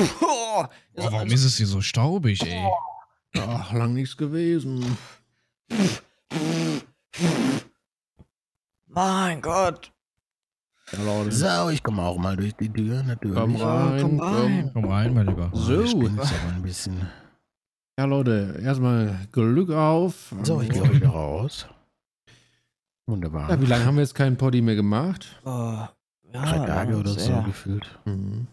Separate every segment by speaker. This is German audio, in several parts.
Speaker 1: Oh,
Speaker 2: Boah, warum
Speaker 3: also
Speaker 2: ist es hier so staubig, ey?
Speaker 3: Ach, lang nichts gewesen.
Speaker 1: mein Gott.
Speaker 3: Ja, Leute,
Speaker 4: So, ich komme auch mal durch die Tür, natürlich.
Speaker 3: komm rein.
Speaker 1: komm
Speaker 3: Komm
Speaker 1: rein.
Speaker 2: Komm rein, mein Lieber.
Speaker 3: So.
Speaker 4: Ich bin jetzt aber ein bisschen.
Speaker 3: Ja, Leute, erstmal Glück auf.
Speaker 4: So, ich glaube wieder raus. Wunderbar.
Speaker 3: ja, wie lange haben wir jetzt keinen Poddy mehr gemacht?
Speaker 1: Oh, ja,
Speaker 4: Drei Tage
Speaker 1: langsam
Speaker 4: oder so
Speaker 1: sehr.
Speaker 4: gefühlt.
Speaker 3: Mhm.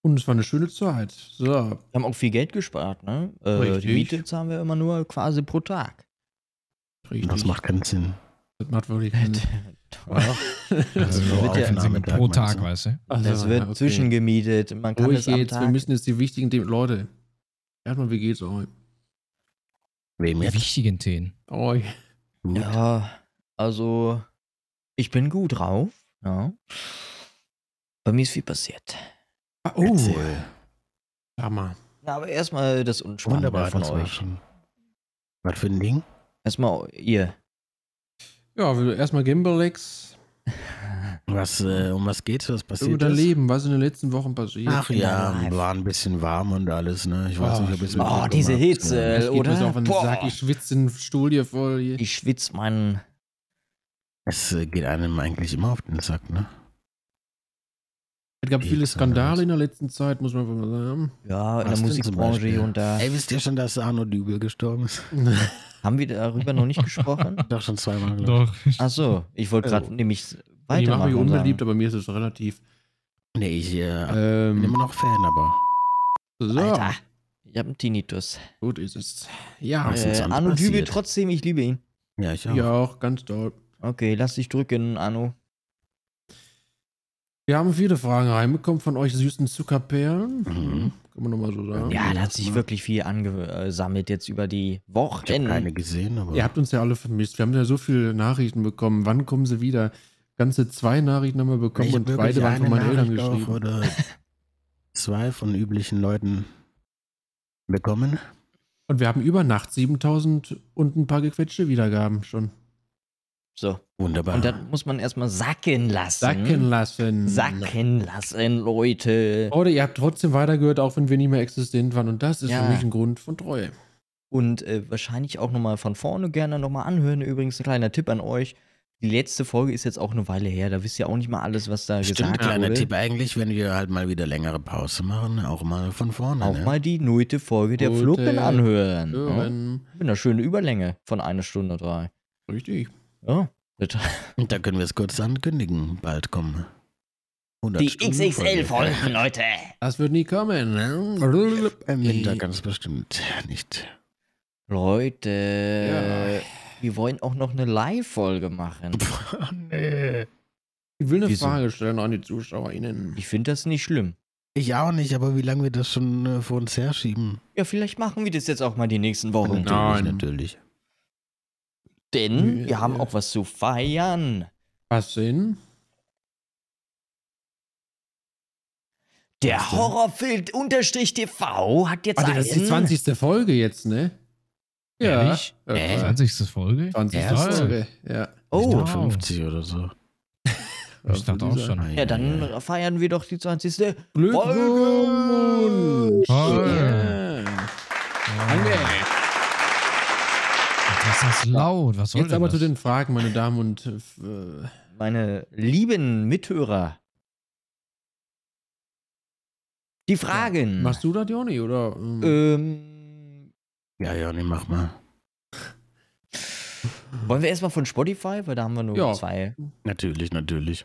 Speaker 3: Und es war eine schöne Zeit. So,
Speaker 1: Wir haben auch viel Geld gespart, ne? Äh, die
Speaker 3: Richtig.
Speaker 1: Miete zahlen wir immer nur quasi pro Tag.
Speaker 3: richtig.
Speaker 4: Das macht keinen Sinn.
Speaker 3: das macht wirklich keinen Sinn.
Speaker 2: Also,
Speaker 4: so
Speaker 2: wir
Speaker 1: wird ja-
Speaker 2: sind pro
Speaker 4: Nachmittag,
Speaker 2: Tag,
Speaker 4: meinst du?
Speaker 2: weißt du?
Speaker 3: Also,
Speaker 1: das wird
Speaker 3: okay.
Speaker 1: zwischengemietet. Man kann
Speaker 3: Ruhig
Speaker 1: es am
Speaker 3: geht's, wir
Speaker 1: Tag.
Speaker 3: müssen jetzt die wichtigen Themen. Leute, erstmal, wie geht's euch?
Speaker 4: Wem
Speaker 2: Die
Speaker 4: jetzt?
Speaker 2: wichtigen Themen.
Speaker 3: Euch.
Speaker 1: ja, also ich bin gut drauf. Ja. Bei mir ist viel passiert.
Speaker 3: Ah,
Speaker 4: Oh.
Speaker 3: oh, Hammer.
Speaker 1: Ja, aber erstmal das Unspannende
Speaker 4: Wunderbar
Speaker 1: von
Speaker 4: das war
Speaker 1: euch.
Speaker 4: schon. Was für ein Ding?
Speaker 1: Erstmal ihr.
Speaker 3: Ja, wir- erstmal Gimbalex.
Speaker 4: Was, äh, um was geht's? Was passiert?
Speaker 3: Über dein
Speaker 4: ist?
Speaker 3: Leben, was in den letzten Wochen passiert.
Speaker 4: Ach
Speaker 1: in deinem
Speaker 4: ja,
Speaker 1: Life.
Speaker 4: war ein bisschen warm und alles, ne? Ich weiß
Speaker 3: Ah,
Speaker 4: nicht, ob es
Speaker 3: schön.
Speaker 1: Oh,
Speaker 3: Guck
Speaker 1: diese
Speaker 4: gemacht.
Speaker 1: Hitze,
Speaker 3: geht mir
Speaker 1: oder?
Speaker 3: so auf den
Speaker 1: Boah,
Speaker 3: Sack, ich schwitze den Stuhl hier voll. Hier.
Speaker 1: ich schwitz meinen.
Speaker 4: Es äh, geht einem eigentlich immer auf den Sack, ne?
Speaker 3: Es gab viele
Speaker 4: Nichts
Speaker 3: Skandale
Speaker 4: anderes.
Speaker 3: in der letzten Zeit, muss man wohl mal sagen.
Speaker 1: Ja, in der
Speaker 4: Was denn zum
Speaker 1: Musikbranche
Speaker 4: Beispiel?
Speaker 1: hier und da.
Speaker 4: Ey, wisst ihr schon, dass Arno Dübel gestorben ist?
Speaker 1: Haben wir darüber noch nicht gesprochen?
Speaker 4: Doch, schon zweimal, glaub ich.
Speaker 2: Doch.
Speaker 1: Ach so, Also, ich wollte gerade nämlich
Speaker 3: Die machen
Speaker 1: weitermachen.
Speaker 3: mich
Speaker 1: und
Speaker 3: unbeliebt,
Speaker 1: sagen.
Speaker 3: aber mir ist es relativ.
Speaker 4: Nee, ich äh, bin
Speaker 3: Ähm,
Speaker 4: immer noch Fan, aber.
Speaker 3: so,
Speaker 1: Alter, ich habe einen Tinnitus.
Speaker 3: gut ist es. Ja,
Speaker 4: Was ist
Speaker 1: Äh,
Speaker 4: sonst
Speaker 1: Arno Dübel
Speaker 4: passiert?
Speaker 1: trotzdem, ich liebe ihn.
Speaker 4: Ja, ich auch.
Speaker 3: ja, auch ganz toll.
Speaker 1: Okay, lass dich drücken, Arno.
Speaker 3: Wir haben viele Fragen reinbekommen von euch süßen Zuckerperlen.
Speaker 4: Mhm.
Speaker 3: Kann man nochmal so sagen.
Speaker 1: Ja, da hat
Speaker 4: lass
Speaker 1: sich
Speaker 4: mal.
Speaker 1: wirklich viel angesammelt jetzt über die
Speaker 4: Ich habe keine
Speaker 1: Wochen.
Speaker 4: gesehen, aber.
Speaker 3: Ihr habt uns ja alle vermisst. Wir haben ja so viele Nachrichten bekommen. Wann kommen sie wieder? Ganze zwei Nachrichten haben wir bekommen
Speaker 4: Ich
Speaker 3: und
Speaker 4: wirklich
Speaker 3: beide waren von
Speaker 4: eine
Speaker 3: meinen Eltern
Speaker 4: Nachricht auch
Speaker 3: geschrieben.
Speaker 4: Oder zwei von üblichen Leuten bekommen.
Speaker 3: Und wir haben über Nacht 7000 und ein paar gequetschte Wiedergaben schon
Speaker 1: So,
Speaker 4: Wunderbar.
Speaker 1: und das muss man erstmal sacken lassen. Oh,
Speaker 3: sacken lassen.
Speaker 1: Sacken lassen, Leute.
Speaker 3: Oder ihr habt trotzdem weitergehört, auch wenn wir nicht mehr existent waren. Und das ist
Speaker 1: Ja.
Speaker 3: für mich ein Grund von Treue.
Speaker 1: Und äh, wahrscheinlich auch nochmal von vorne gerne nochmal anhören. Übrigens ein kleiner Tipp an euch. Die letzte Folge ist jetzt auch eine Weile her. Da wisst ihr auch nicht mal alles, was da
Speaker 4: Stimmt,
Speaker 1: gesagt
Speaker 4: kleiner
Speaker 1: wurde.
Speaker 4: Tipp eigentlich, wenn wir halt mal wieder längere Pause machen, auch mal von vorne.
Speaker 1: Auch
Speaker 4: ne?
Speaker 1: mal die neunte Folge der
Speaker 3: Gute
Speaker 1: Fluppen anhören.
Speaker 4: Genau.
Speaker 1: Ja.
Speaker 3: Hören.
Speaker 1: Mit einer schönen Überlänge von einer Stunde drei.
Speaker 3: Richtig.
Speaker 1: Ja. Das-
Speaker 4: Und da können wir es kurz ankündigen. Bald kommen 100
Speaker 1: Die
Speaker 4: Stunden
Speaker 1: XXL-Folgen, Leute.
Speaker 3: Das wird nie kommen. ne?
Speaker 4: Im Winter ganz bestimmt nicht.
Speaker 3: Äh,
Speaker 1: Leute. Wir wollen auch noch eine Live-Folge machen.
Speaker 4: Puh, Oh, nee.
Speaker 3: Ich will eine
Speaker 4: Wieso?
Speaker 3: Frage stellen an die ZuschauerInnen.
Speaker 1: Ich finde das nicht schlimm.
Speaker 4: Ich auch nicht, aber wie lange wir das schon äh, vor uns herschieben?
Speaker 1: Ja, vielleicht machen wir das jetzt auch mal die nächsten Wochen.
Speaker 4: Genau.
Speaker 3: Na. Nein.
Speaker 4: natürlich.
Speaker 1: Denn
Speaker 3: Nö.
Speaker 1: wir haben auch was zu feiern.
Speaker 3: Was denn?
Speaker 1: Der Horrorfilm-TV hat jetzt
Speaker 3: Warte,
Speaker 1: einen...
Speaker 3: Ah, das ist die 20. Folge jetzt, ne?
Speaker 2: Ehrlich?
Speaker 3: Ja.
Speaker 4: Äh?
Speaker 2: 20. Folge?
Speaker 3: 20.
Speaker 2: Erste?
Speaker 3: Folge, ja.
Speaker 4: Oh.
Speaker 1: Oh,
Speaker 2: Wow.
Speaker 4: 50 oder so.
Speaker 2: Ich dachte auch schon.
Speaker 1: ja, dann feiern wir doch die 20.
Speaker 2: Toll.
Speaker 3: Glückwunsch! Ja.
Speaker 2: Danke.
Speaker 3: Danke.
Speaker 2: Oh, Was ist das laut? Was soll
Speaker 3: Jetzt
Speaker 2: denn
Speaker 3: aber
Speaker 2: das?
Speaker 3: zu den Fragen, meine Damen und äh,
Speaker 1: Meine lieben Mithörer. Die Fragen.
Speaker 3: machst du das, Joni, oder? Ähm,
Speaker 1: ähm,
Speaker 4: Ja, ja, nee, mach mal.
Speaker 1: wollen wir erstmal von Spotify, weil da haben wir nur
Speaker 3: Ja.
Speaker 1: zwei.
Speaker 4: Natürlich, natürlich.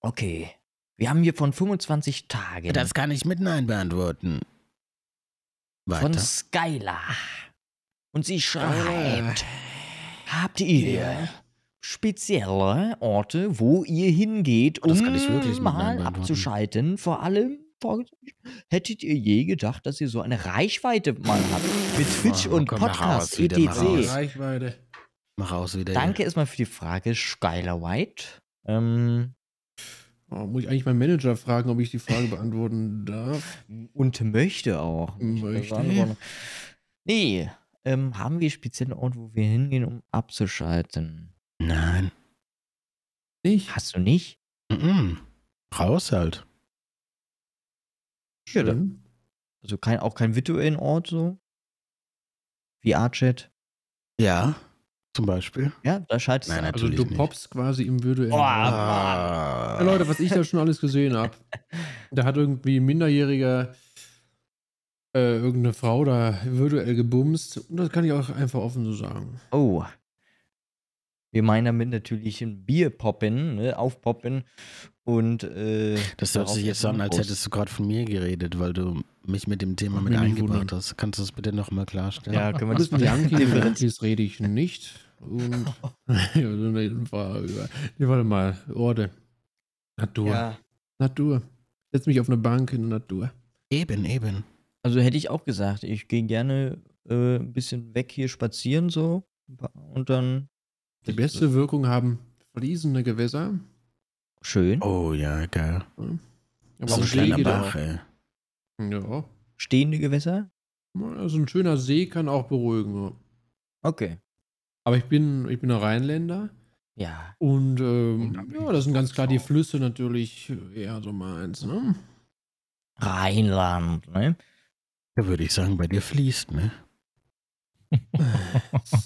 Speaker 1: Okay. Wir haben hier von 25 Tagen.
Speaker 4: Das kann ich mit Nein beantworten.
Speaker 1: von
Speaker 4: Weiter.
Speaker 1: Skylar. Und sie
Speaker 3: Ah,
Speaker 1: schreibt, habt ihr spezielle Orte, wo ihr hingeht, um
Speaker 4: Oh, Das kann ich wirklich mit Nein
Speaker 1: mal
Speaker 4: beantworten.
Speaker 1: abzuschalten? Vor allem, vor, hättet ihr je gedacht, dass ihr so eine Reichweite mal habt? Mit Twitch
Speaker 4: Oh,
Speaker 1: und
Speaker 4: komm, mach
Speaker 1: Podcast,
Speaker 4: aus, wieder mach aus.
Speaker 1: etc.
Speaker 3: Reichweite.
Speaker 4: Mach raus wieder.
Speaker 1: Danke erstmal für die Frage, Skylar White. Ähm,
Speaker 3: Oh, muss ich eigentlich meinen Manager fragen, ob ich die Frage beantworten darf?
Speaker 1: und möchte auch. nicht
Speaker 3: Möchte.
Speaker 1: beantworten. Nee, ähm, haben wir spezielle Orte, wo wir hingehen, um abzuschalten?
Speaker 4: Nein.
Speaker 3: Nicht?
Speaker 1: Hast du nicht?
Speaker 4: Mhm. Raus halt.
Speaker 3: Schön.
Speaker 1: Also kein, auch kein virtuellen Ort so. VR-Chat.
Speaker 4: Ja, zum Beispiel.
Speaker 1: Ja, da scheitert es
Speaker 4: Nein,
Speaker 1: an.
Speaker 3: Also
Speaker 4: natürlich
Speaker 3: du
Speaker 4: nicht.
Speaker 3: poppst quasi im virtuellen.
Speaker 1: Boah.
Speaker 3: Raum.
Speaker 1: Ah.
Speaker 3: Ja, Leute, was ich da schon alles gesehen habe. Da hat irgendwie ein Minderjähriger äh, irgendeine Frau da virtuell gebumst. Und das kann ich auch einfach offen so sagen.
Speaker 1: Oh. Wir meinen damit natürlich ein Bier poppen, ne? aufpoppen und äh,
Speaker 4: Das hört
Speaker 1: darauf
Speaker 4: sich jetzt so an, als
Speaker 1: Prost.
Speaker 4: hättest du gerade von mir geredet, weil du mich mit dem Thema
Speaker 3: Macht
Speaker 4: mit
Speaker 3: mich nicht
Speaker 4: eingebracht
Speaker 3: wundern.
Speaker 4: hast. Kannst du das bitte nochmal klarstellen?
Speaker 1: Ja, können wir das
Speaker 3: Das mit
Speaker 1: mal
Speaker 3: Yankees,
Speaker 1: differenzieren.
Speaker 3: Yankees rede ich nicht. Und Also, ja, so reden wir über. Nee, warte mal, Orde. Natur.
Speaker 1: Ja,
Speaker 3: Natur. Setz mich auf eine Bank in der Natur.
Speaker 4: Eben, eben.
Speaker 1: also hätte ich auch gesagt, ich gehe gerne äh, ein bisschen weg hier spazieren so und dann
Speaker 3: Die beste Wirkung haben fließende Gewässer.
Speaker 1: schön
Speaker 4: Oh ja, geil.
Speaker 3: Aber
Speaker 4: So
Speaker 3: auch
Speaker 4: ein
Speaker 3: See
Speaker 4: kleiner
Speaker 3: geht auch.
Speaker 4: Bach, ey.
Speaker 3: Ja.
Speaker 1: stehende Gewässer.
Speaker 3: Also ein schöner See kann auch beruhigen. ja.
Speaker 1: Okay.
Speaker 3: Aber ich bin, ich bin ein Rheinländer.
Speaker 1: Ja,
Speaker 2: Und
Speaker 3: Und ähm,
Speaker 2: am
Speaker 3: ja, das sind ganz klar die Flüsse natürlich eher so meins. Ne?
Speaker 1: Rheinland, ne?
Speaker 4: Da würde ich sagen, bei dir fließt, ne?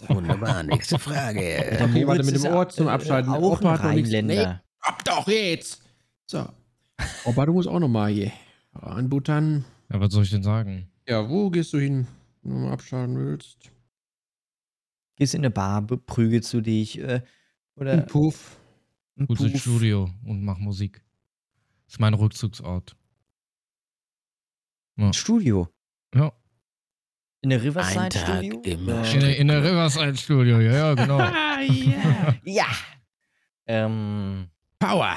Speaker 4: Wunderbar, nächste
Speaker 3: Der
Speaker 4: Frage.
Speaker 3: Moritz
Speaker 1: Moritz
Speaker 3: mit
Speaker 1: ist
Speaker 3: dem
Speaker 1: ja,
Speaker 3: Ohr zum
Speaker 1: äh,
Speaker 3: Abschalten.
Speaker 1: Auch ein
Speaker 3: Opa hat noch nichts-
Speaker 1: Rheinländer.
Speaker 3: Nee, ab doch jetzt! So. Opa, du musst auch nochmal hier. An Bhutan.
Speaker 2: Ja, was soll ich denn sagen?
Speaker 3: Ja, wo gehst du hin, wenn du mal abschalten willst?
Speaker 1: Gehst in eine Bar, beprügelst du dich äh,
Speaker 3: Ein
Speaker 1: oder
Speaker 3: Puff.
Speaker 1: ein
Speaker 2: Gut ins
Speaker 1: Puff.
Speaker 2: Studio und mach Musik. Ist mein Rückzugsort.
Speaker 1: Ein Studio.
Speaker 2: Ja.
Speaker 1: In der
Speaker 4: Ein
Speaker 1: Riverside
Speaker 4: Tag
Speaker 1: Studio?
Speaker 4: immer.
Speaker 2: In, der- in der Riverside Studio, ja, ja, genau.
Speaker 3: Ah, yeah.
Speaker 1: Ja. Ähm.
Speaker 3: Power.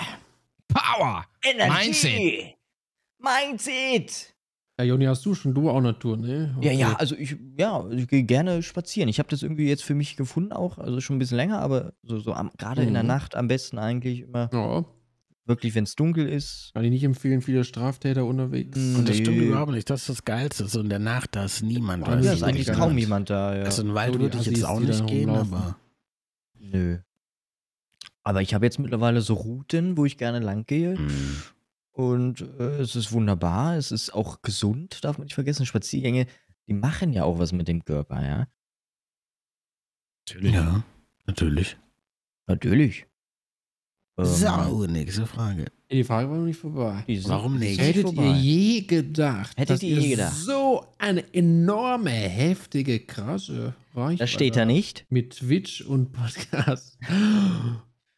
Speaker 2: Power!
Speaker 1: Energy. Mindset.
Speaker 3: Ja, Joni, hast du schon? Du auch Natur, ne?
Speaker 1: Ja, ja,
Speaker 3: Okay.
Speaker 1: also ich, ja, ich gehe gerne spazieren. Ich habe das irgendwie jetzt für mich gefunden auch, also schon ein bisschen länger, aber so, so am, gerade in der
Speaker 3: Mhm.
Speaker 1: Nacht am besten eigentlich immer,
Speaker 3: Ja,
Speaker 1: wirklich, wenn es dunkel ist.
Speaker 3: kann ich nicht empfehlen, viele Straftäter unterwegs.
Speaker 1: Mhm.
Speaker 4: Und das stimmt
Speaker 1: Nee.
Speaker 4: überhaupt nicht. Das ist das Geilste. So in der Nacht, da ist niemand.
Speaker 3: Ja,
Speaker 4: da
Speaker 3: das
Speaker 1: Ja,
Speaker 3: ist
Speaker 1: ist
Speaker 3: doch
Speaker 1: eigentlich
Speaker 3: gar
Speaker 1: kaum
Speaker 3: nicht.
Speaker 1: jemand da, ja.
Speaker 4: Also in den
Speaker 3: So
Speaker 4: Wald
Speaker 3: die
Speaker 4: würde ich jetzt
Speaker 3: Assis,
Speaker 4: auch
Speaker 3: die da
Speaker 4: nicht gehen,
Speaker 3: rumlaufen.
Speaker 4: aber
Speaker 1: Nö. Aber ich habe jetzt mittlerweile so Routen, wo ich gerne lang gehe.
Speaker 4: mh,
Speaker 3: Hm.
Speaker 1: Und äh, es ist wunderbar, es ist auch gesund, darf man nicht vergessen. Spaziergänge, die machen ja auch was mit dem Körper, ja.
Speaker 2: Natürlich.
Speaker 4: ja, natürlich.
Speaker 1: Natürlich. Ähm,
Speaker 4: So, nächste Frage.
Speaker 3: Ey, Die Frage war noch nicht vorbei.
Speaker 1: die sind-
Speaker 4: Warum
Speaker 1: die sind
Speaker 4: nicht?
Speaker 3: Hättet
Speaker 1: vorbei.
Speaker 3: ihr je gedacht,
Speaker 1: Hättet
Speaker 3: dass
Speaker 1: ihr je gedacht.
Speaker 3: so eine enorme, heftige, krasse Reichweite
Speaker 1: Das steht da nicht.
Speaker 3: Mit Twitch und Podcast.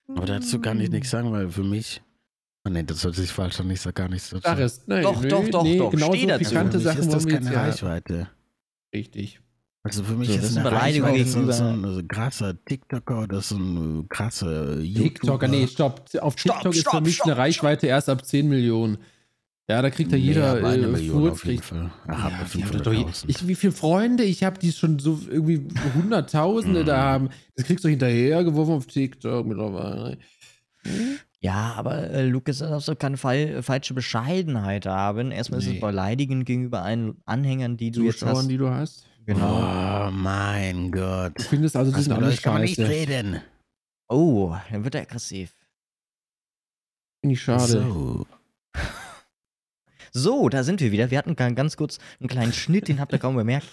Speaker 4: Aber dazu kann ich nichts sagen, weil für mich. Oh nee, das hört sich falsch an. Ich sag gar nichts dazu.
Speaker 3: Sag es. Nee,
Speaker 1: Doch,
Speaker 3: nee,
Speaker 1: doch, doch,
Speaker 3: nee,
Speaker 1: doch.
Speaker 3: Genau
Speaker 1: Steht
Speaker 3: so
Speaker 1: dazu.
Speaker 4: also für
Speaker 3: pikante
Speaker 4: mich
Speaker 3: Sachen
Speaker 4: ist das
Speaker 3: wollen wir jetzt
Speaker 4: keine
Speaker 3: ja.
Speaker 4: Reichweite.
Speaker 3: Richtig.
Speaker 4: Also für mich
Speaker 1: So,
Speaker 4: ist
Speaker 1: das ist
Speaker 4: eine
Speaker 1: eine Beleidigung
Speaker 4: Reichweite so, so
Speaker 1: gegenüber-
Speaker 4: ein so ein krasser TikToker oder so ein äh, krasser YouTuber.
Speaker 3: TikToker, nee, stopp. Auf
Speaker 1: Stopp,
Speaker 3: TikTok ist für
Speaker 1: stopp,
Speaker 3: mich
Speaker 1: stopp,
Speaker 3: eine Reichweite erst ab 10 Millionen. Ja, da kriegt ja
Speaker 4: Nee,
Speaker 3: jeder
Speaker 4: aber eine
Speaker 3: äh,
Speaker 4: Million
Speaker 3: Furz.
Speaker 4: auf jeden
Speaker 3: kriegt-
Speaker 4: Fall. Ach,
Speaker 3: Ja,
Speaker 4: aber
Speaker 3: die haben doch je-
Speaker 4: 500.000.
Speaker 3: ich, wie viele Freunde ich habe, die schon so irgendwie Hunderttausende
Speaker 4: Mhm.
Speaker 3: da haben. Das kriegst du hinterhergeworfen auf TikTok mittlerweile.
Speaker 1: Ja, aber äh, Lukas darfst du keine fei- äh, falsche Bescheidenheit haben. Erstmal ist
Speaker 3: Nee.
Speaker 1: es beleidigend gegenüber allen Anhängern, die du jetzt
Speaker 3: Zuschauern,
Speaker 1: hast.
Speaker 3: die du hast. Ah,
Speaker 1: genau.
Speaker 4: Oh mein Gott.
Speaker 3: Du findest also, die
Speaker 4: Also
Speaker 3: sind
Speaker 4: mit
Speaker 3: alle
Speaker 4: euch kann man nicht
Speaker 3: scheiße.
Speaker 4: reden.
Speaker 1: Oh, dann wird er aggressiv.
Speaker 3: Finde ich schade.
Speaker 4: So.
Speaker 1: So, da sind wir wieder. Wir hatten ga- ganz kurz einen kleinen Schnitt, den habt ihr kaum bemerkt.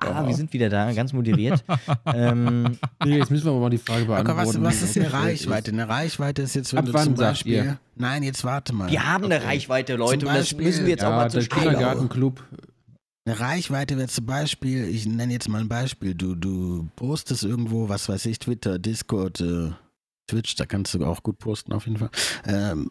Speaker 1: Ah,
Speaker 3: Ja.
Speaker 1: wir sind wieder da, ganz motiviert. ähm,
Speaker 3: Nee, jetzt müssen wir mal die Frage
Speaker 4: Aber
Speaker 3: beantworten.
Speaker 4: was, was ist
Speaker 3: die
Speaker 4: eine Reichweite? Eine Reichweite ist jetzt, wenn
Speaker 3: Ab
Speaker 4: du
Speaker 3: wann
Speaker 4: zum
Speaker 3: sagt
Speaker 4: Beispiel.
Speaker 3: ihr?
Speaker 4: Nein, jetzt warte mal.
Speaker 1: wir haben eine Reichweite, Leute,
Speaker 4: Zum
Speaker 1: und das
Speaker 4: Beispiel-
Speaker 1: müssen wir jetzt auch
Speaker 3: Ja,
Speaker 1: mal
Speaker 3: der
Speaker 1: zum Schluss.
Speaker 4: Kinder-
Speaker 3: Kindergartenclub.
Speaker 4: Eine Reichweite wäre zum Beispiel, ich nenne jetzt mal ein Beispiel, du, du postest irgendwo, was weiß ich, Twitter, Discord, äh, Twitch, da kannst du auch gut posten auf jeden Fall. Ähm,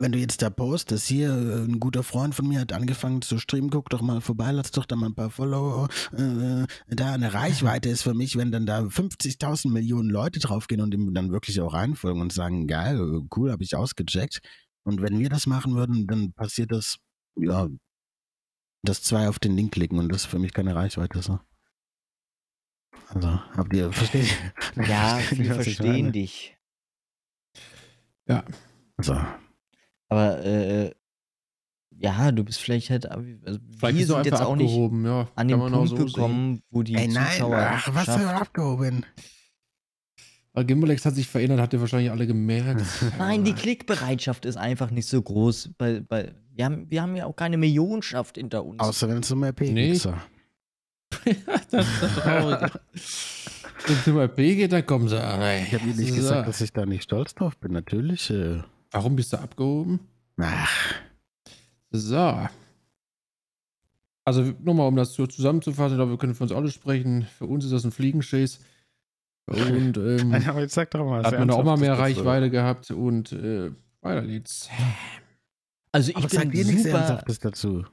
Speaker 4: wenn du jetzt da postest, hier, äh, ein guter Freund von mir hat angefangen zu streamen, guck doch mal vorbei, lass doch da mal ein paar Follower. Äh, da eine Reichweite ist für mich, wenn dann da 50.000 Millionen Leute draufgehen und ihm dann wirklich auch reinfolgen und sagen, geil, cool, habe ich ausgecheckt. Und wenn wir das machen würden, dann passiert das, ja, dass zwei auf den Link klicken und das ist für mich keine Reichweite. So. Also, habt ihr, versteht ihr?
Speaker 1: Ja,
Speaker 4: Versteht ihr,
Speaker 1: viele
Speaker 4: was ich
Speaker 1: verstehen
Speaker 4: meine?
Speaker 1: dich.
Speaker 4: So.
Speaker 1: Aber äh, ja, du bist vielleicht halt, also
Speaker 3: Vielleicht
Speaker 1: wir
Speaker 3: ist er
Speaker 1: sind jetzt
Speaker 3: einfach
Speaker 1: auch nicht
Speaker 3: abgehoben, ja.
Speaker 1: an
Speaker 3: kann
Speaker 1: den
Speaker 3: man
Speaker 1: Punkt
Speaker 3: auch so sehen.
Speaker 1: gekommen, wo die
Speaker 4: Ey, nein,
Speaker 1: Zuschauer
Speaker 4: ach, was für abgehoben.
Speaker 3: Aber Gimbolex hat sich verändert, habt ihr wahrscheinlich alle gemerkt.
Speaker 1: Nein, die Klickbereitschaft ist einfach nicht so groß bei, bei Wir haben, wir haben ja auch keine Millionenschaft hinter uns.
Speaker 4: Außer wenn es um RP geht.
Speaker 3: Nee.
Speaker 4: so.
Speaker 3: das ist doch traurig. Wenn es über P geht, dann kommen sie an.
Speaker 4: Ich habe nicht gesagt, dass ich da nicht stolz drauf bin. Natürlich. Äh,
Speaker 3: Warum bist du abgehoben?
Speaker 4: ach,
Speaker 3: So. Also nochmal, um das so zusammenzufassen, ich glaube, wir können für uns alle sprechen. Für uns ist das ein Fliegenschiss. Und ähm, hat
Speaker 4: aber jetzt sag doch mal.
Speaker 3: man da auch mal mehr
Speaker 4: ernsthaftes, das,
Speaker 3: Reichweite gehabt und äh, weiter geht's.
Speaker 1: Also ich
Speaker 4: Aber sag dir
Speaker 1: bin
Speaker 4: nichts
Speaker 1: super.
Speaker 4: Ernsthaftes dazu.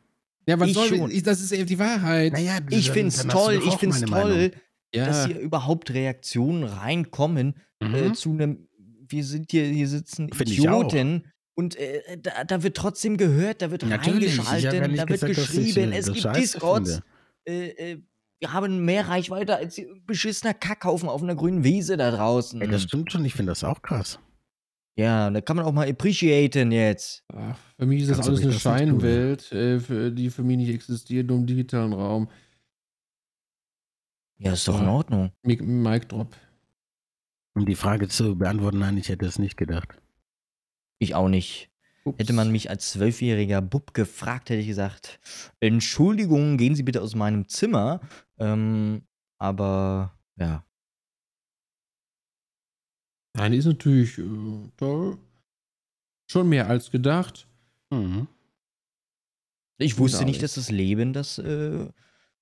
Speaker 3: Ja, was
Speaker 1: Ich
Speaker 3: soll
Speaker 1: schon.
Speaker 3: ich, das ist eben die Wahrheit.
Speaker 4: Naja,
Speaker 1: Ich
Speaker 4: dann-
Speaker 1: find's
Speaker 4: dann hast du
Speaker 1: toll,
Speaker 4: doch
Speaker 1: ich
Speaker 4: auch
Speaker 1: find's
Speaker 4: meine Meinung.
Speaker 1: toll, dass hier überhaupt Reaktionen reinkommen äh,
Speaker 4: Mhm.
Speaker 1: zu einem, wir sind hier, hier sitzen
Speaker 4: Find ich auch.
Speaker 1: Idioten und äh, da, da wird trotzdem gehört, da wird
Speaker 4: Natürlich. Ich hab ja
Speaker 1: reingeschaltet,
Speaker 4: nicht
Speaker 1: da wird
Speaker 4: gesagt, dass ich,
Speaker 1: geschrieben,
Speaker 4: äh,
Speaker 1: es
Speaker 4: das
Speaker 1: gibt
Speaker 4: scheiße
Speaker 1: Discords,
Speaker 4: finde.
Speaker 1: äh, äh, wir haben mehr Reichweite als hier irgendein beschissener Kackhaufen auf einer grünen Wiese da draußen.
Speaker 4: Ey, das stimmt schon, ich finde das auch krass.
Speaker 1: ja, da kann man auch mal appreciaten jetzt.
Speaker 3: Ach, für mich ist das
Speaker 4: Kannst du
Speaker 3: alles
Speaker 4: mich
Speaker 3: eine
Speaker 4: das nicht tun?
Speaker 3: Scheinwelt, äh, für, die für mich nicht existiert, nur im digitalen Raum.
Speaker 1: Ja, ist doch in
Speaker 3: Ja.
Speaker 1: Ordnung.
Speaker 3: Mic, Mic Drop.
Speaker 4: Um die Frage zu beantworten, nein, ich hätte es nicht gedacht.
Speaker 1: Ich auch nicht.
Speaker 3: Ups.
Speaker 1: Hätte man mich als zwölfjähriger Bub gefragt, hätte ich gesagt, Entschuldigung, gehen Sie bitte aus meinem Zimmer. Ähm, aber ja,
Speaker 3: Nein, die ist natürlich äh, toll. Schon mehr als gedacht.
Speaker 4: Mhm.
Speaker 1: ich wusste
Speaker 3: Genau.
Speaker 1: nicht, dass das Leben das äh,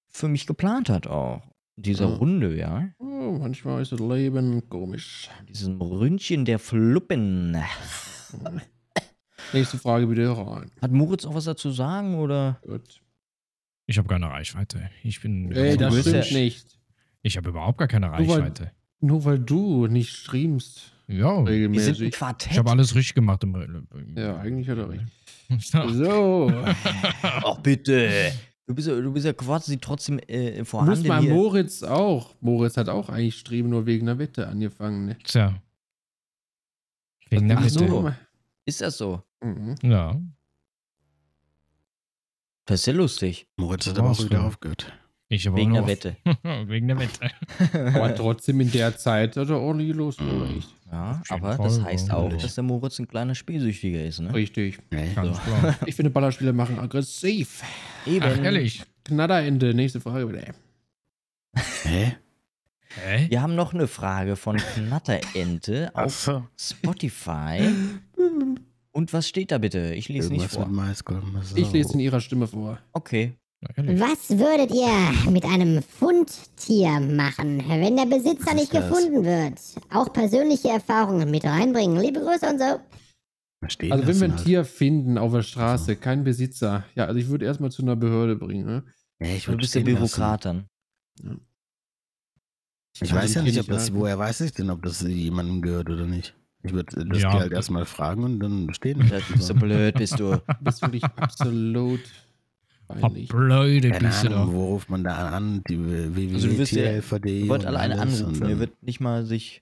Speaker 1: für mich geplant hat auch. In Dieser
Speaker 2: Mhm.
Speaker 4: Ja.
Speaker 1: Runde, ja.
Speaker 3: Oh, manchmal ist das Leben komisch.
Speaker 1: In Diesem Ründchen der Fluppen.
Speaker 3: Nächste Frage bitte rein.
Speaker 1: Hat Moritz auch was dazu sagen oder?
Speaker 3: Gut.
Speaker 2: Ich habe keine Reichweite. Ich bin.
Speaker 3: Ey,
Speaker 1: du
Speaker 3: das
Speaker 1: bist
Speaker 3: stimmt
Speaker 1: ja-
Speaker 3: nicht.
Speaker 2: Ich habe überhaupt gar keine
Speaker 3: Du woll-
Speaker 2: Reichweite.
Speaker 3: Nur weil du nicht streamst
Speaker 1: Wir
Speaker 2: Ja.
Speaker 1: sind ein
Speaker 3: regelmäßig.
Speaker 2: Ich
Speaker 1: Quartett.
Speaker 2: habe alles richtig gemacht im. im-
Speaker 3: Ja, eigentlich hat er recht.
Speaker 2: Ja.
Speaker 3: So,
Speaker 1: Ach bitte. Du bist ja, du bist ja quasi trotzdem äh, vorhanden.
Speaker 3: muss mal
Speaker 1: hier.
Speaker 3: Moritz auch. Moritz hat auch eigentlich Streben nur wegen der Wette angefangen. Ne?
Speaker 2: Tja. Wegen der
Speaker 1: Ach
Speaker 2: Wette.
Speaker 1: so. Ist das so?
Speaker 3: Mhm.
Speaker 2: Ja.
Speaker 1: Das ist ja lustig.
Speaker 4: Moritz hat aber auch
Speaker 2: Raus,
Speaker 4: wieder
Speaker 2: ja.
Speaker 4: aufgehört.
Speaker 2: Ich habe
Speaker 1: Wegen
Speaker 2: auch
Speaker 1: der
Speaker 2: noch-
Speaker 1: Wette.
Speaker 2: Wegen der Wette.
Speaker 3: Aber trotzdem in der Zeit hat er ordentlich
Speaker 1: Mhm.
Speaker 3: losgelegt.
Speaker 1: Ja,
Speaker 2: Auf jeden
Speaker 1: aber das
Speaker 2: Fall,
Speaker 1: heißt
Speaker 2: warum
Speaker 1: auch,
Speaker 2: nicht?
Speaker 1: dass der Moritz ein kleiner Spielsüchtiger ist, ne?
Speaker 3: Richtig.
Speaker 4: Nee.
Speaker 2: Ganz klar.
Speaker 3: Ich finde, Ballerspiele machen aggressiv.
Speaker 1: Eben.
Speaker 2: Ach, ehrlich.
Speaker 3: Knatterende. Nächste Frage bitte.
Speaker 4: Hä?
Speaker 2: Hä?
Speaker 1: Wir haben noch eine Frage von Knatterente auf
Speaker 4: Achso.
Speaker 1: Spotify. Und was steht da bitte? Ich lese nicht
Speaker 4: Irgendwas
Speaker 1: vor.
Speaker 4: mit dem Eiskolben. so.
Speaker 3: Ich lese in ihrer Stimme vor.
Speaker 1: Okay.
Speaker 2: Na, ehrlich.
Speaker 5: Was würdet ihr mit einem Fundtier machen, wenn der Besitzer
Speaker 4: Was ist
Speaker 5: nicht
Speaker 4: das?
Speaker 5: gefunden wird? Auch persönliche Erfahrungen mit reinbringen. Liebe Grüße und so.
Speaker 4: Verstehen
Speaker 3: Also
Speaker 4: das
Speaker 3: wenn wir ein
Speaker 4: mal.
Speaker 3: Tier finden auf der Straße, kein Besitzer. Ja, also ich würde erstmal zu einer Behörde bringen. Ne?
Speaker 4: Nee, ich
Speaker 1: Du
Speaker 4: würd
Speaker 1: bist der
Speaker 4: stehen
Speaker 1: Bürokrat dann.
Speaker 4: Lassen. Ich
Speaker 3: Also
Speaker 4: weiß ja
Speaker 3: die
Speaker 4: nicht,
Speaker 3: Tiere
Speaker 4: ob das,
Speaker 3: halten.
Speaker 4: woher weiß ich denn, ob das jemandem gehört oder nicht. Ich würde das
Speaker 2: Ja.
Speaker 4: Tier halt erstmal fragen und dann stehen
Speaker 1: Ja, Du bist so blöd, bist du.
Speaker 3: Das finde ich absolut peinlich.
Speaker 2: Verblödet
Speaker 4: Keine
Speaker 2: bist du
Speaker 4: Ahnung,
Speaker 2: doch.
Speaker 4: wo ruft man da an? Die
Speaker 1: Also du wirst ja-
Speaker 4: www.tierhelfer.de
Speaker 1: Ihr wollt
Speaker 4: und
Speaker 1: alle eine
Speaker 4: alles und
Speaker 1: anrufen.
Speaker 4: dann-
Speaker 1: Ihr wird nicht mal sich.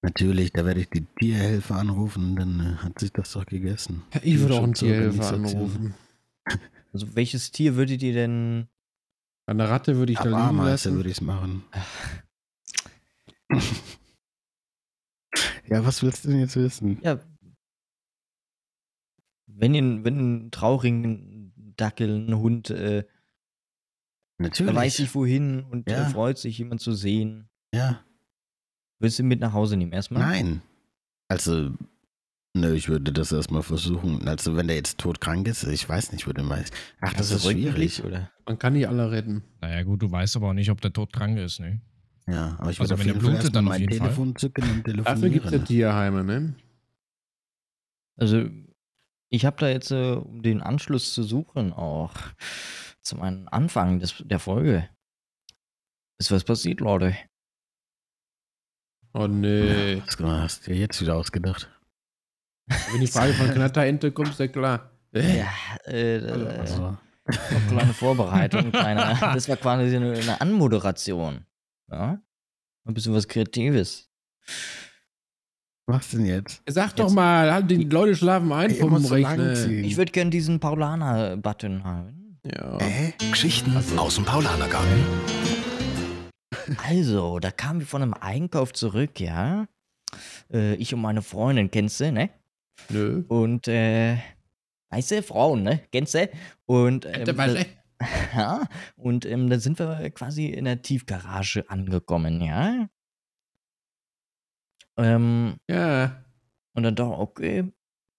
Speaker 4: Natürlich, da werde ich die Tierhelfer anrufen, dann äh, hat sich das doch gegessen.
Speaker 3: Ich würde auch einen
Speaker 4: Tierschutz-
Speaker 3: Tierhelfer
Speaker 4: Organisation.
Speaker 3: anrufen.
Speaker 1: Also, welches Tier würdet ihr denn.
Speaker 3: Eine Ratte würde ich
Speaker 4: Ab
Speaker 3: da liegen
Speaker 4: Ameise
Speaker 3: lassen.
Speaker 4: würde ich es machen. ja, was willst du denn jetzt wissen?
Speaker 1: Ja. Wenn ihr wenn ein traurigen Dackel, ein Hund, äh,
Speaker 4: Natürlich.
Speaker 1: er weiß nicht wohin und
Speaker 4: Ja.
Speaker 1: äh, freut sich, jemanden zu sehen.
Speaker 4: Ja.
Speaker 1: Willst du ihn mit nach Hause nehmen erstmal?
Speaker 4: Nein. Also, ne, ich würde das erstmal versuchen. Also, wenn der jetzt todkrank ist, ich weiß nicht, würde man. Ach, das
Speaker 1: Also
Speaker 4: ist
Speaker 1: rückblickend,
Speaker 4: schwierig.
Speaker 1: Oder?
Speaker 3: Man kann die alle retten.
Speaker 2: Naja, gut, du weißt aber auch nicht, ob der Tod krank ist, ne?
Speaker 4: Ja, aber ich
Speaker 2: Also,
Speaker 4: würde auf
Speaker 2: wenn der
Speaker 4: jeden Fall
Speaker 2: blutet,
Speaker 4: erstmal
Speaker 2: dann auf
Speaker 4: mein
Speaker 2: jeden Fall.
Speaker 4: Telefon zücken
Speaker 3: Dafür
Speaker 4: und
Speaker 3: gibt es ja
Speaker 4: telefonieren.
Speaker 3: Tierheime, ne?
Speaker 1: Also, ich habe da jetzt, äh, um den Anschluss zu suchen, auch zum einen Anfang des, der Folge. Ist was passiert, Leute?
Speaker 3: Oh nee.
Speaker 4: Das hast du dir jetzt wieder ausgedacht.
Speaker 3: Wenn die Frage von Knatterente kommt, ist ja klar. Äh,
Speaker 1: Ja, äh, äh,
Speaker 4: Also,
Speaker 1: noch kleine Vorbereitung, kleine, das war quasi eine, eine Anmoderation. Ja? Ein bisschen was Kreatives.
Speaker 4: was denn jetzt?
Speaker 3: Sag doch
Speaker 1: Jetzt-
Speaker 3: mal, halt, die Leute schlafen ein
Speaker 4: Ich
Speaker 3: vom
Speaker 4: muss so
Speaker 3: Rechner.
Speaker 4: langziehen.
Speaker 1: Ich würde gerne diesen Paulaner-Button haben.
Speaker 3: Ja.
Speaker 4: Äh? Geschichten aus dem Paulanergarten.
Speaker 1: Also, da kamen wir von einem Einkauf zurück, ja. Äh, ich und meine Freundin, kennst du, ne?
Speaker 3: Nö.
Speaker 1: Und äh, weiße Frauen, ne? Gänse. Und, ähm,
Speaker 3: Alter,
Speaker 1: da-
Speaker 3: weil-
Speaker 1: ja, und ähm, da sind wir quasi in der Tiefgarage angekommen, ja. Ähm,
Speaker 3: Ja.
Speaker 1: und dann doch, okay,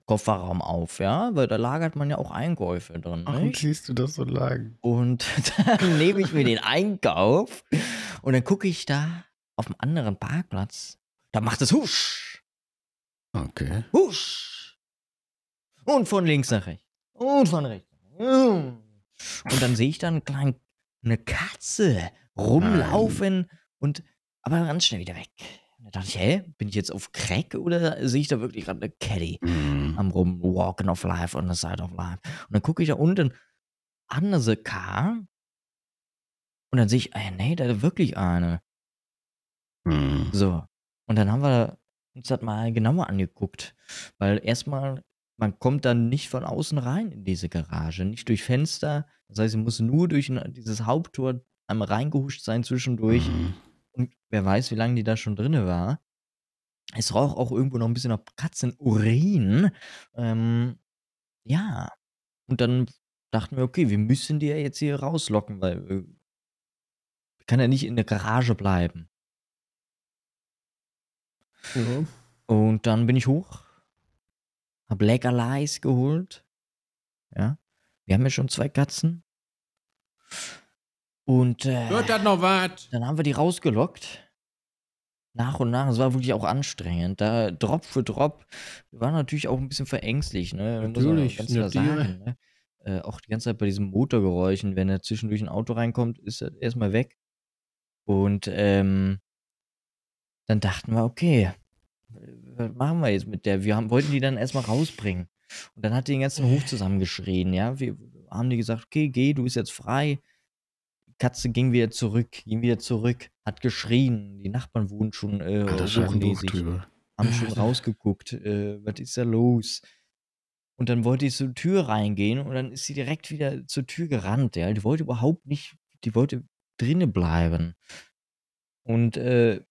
Speaker 1: Kofferraum auf, ja, weil da lagert man ja auch Einkäufe drin.
Speaker 4: Warum
Speaker 1: nicht?
Speaker 4: siehst du das so lang?
Speaker 1: Und dann nehme ich mir den Einkauf und dann gucke ich da auf dem anderen Parkplatz. Da macht es husch,
Speaker 4: Okay.
Speaker 1: husch. Und von links nach rechts. Und von rechts. Hm. Und dann sehe ich dann klein, eine Katze rumlaufen und aber ganz schnell wieder weg. Und da dachte ich, hä, bin ich jetzt auf Crack oder sehe ich da wirklich gerade eine Caddy?
Speaker 4: Mhm.
Speaker 1: am Rumwalken of Life on the Side of Life. Und dann gucke ich da unten andere Car und dann sehe ich, ey, nee, da ist wirklich eine.
Speaker 4: Mhm.
Speaker 1: So. Und dann haben wir uns das mal genauer angeguckt. Weil erstmal, man kommt dann nicht von außen rein in diese Garage, nicht durch Fenster. Das heißt, man muss nur durch ein- dieses Haupttor einmal reingehuscht sein zwischendurch.
Speaker 4: Mhm.
Speaker 1: Und wer weiß, wie lange die da schon drinne war. Es roch auch irgendwo noch ein bisschen nach Katzenurin. Ähm, ja. Und dann dachten wir, okay, wir müssen die ja jetzt hier rauslocken, weil äh, kann ja nicht in der Garage bleiben.
Speaker 3: ja.
Speaker 1: Und dann bin ich hoch, hab Leckerleis geholt. Ja. Wir haben ja schon zwei Katzen. Und äh,
Speaker 3: Wird das noch was?
Speaker 1: Dann haben wir die rausgelockt. Nach und nach. Es war wirklich auch anstrengend. Da Drop für Drop. Wir waren natürlich auch ein bisschen verängstigt, ne? Muss man
Speaker 3: Natürlich,
Speaker 1: ganz
Speaker 3: sind
Speaker 1: klar
Speaker 3: ja Tiere.
Speaker 1: sagen, ne? äh, auch die ganze Zeit bei diesen Motorgeräuschen, wenn er zwischendurch ein Auto reinkommt, ist er erstmal weg. Und ähm, dann dachten wir, okay, was Äh, machen wir jetzt mit der? Wir haben, wollten die dann erstmal rausbringen. Und dann hat die den ganzen Hof zusammengeschrien, ja. Wir haben die gesagt, okay, geh, du bist jetzt frei. Die Katze ging wieder zurück, ging wieder zurück, hat geschrien. Die Nachbarn wohnen schon, äh,
Speaker 4: Alter, schreib
Speaker 1: suchen
Speaker 4: ein
Speaker 1: die
Speaker 4: Buch
Speaker 1: sich
Speaker 4: drüber.
Speaker 1: haben schon rausgeguckt, äh, was ist da los? Und dann wollte ich zur Tür reingehen und dann ist sie direkt wieder zur Tür gerannt, ja. Die wollte überhaupt nicht, die wollte drinne bleiben. Und äh,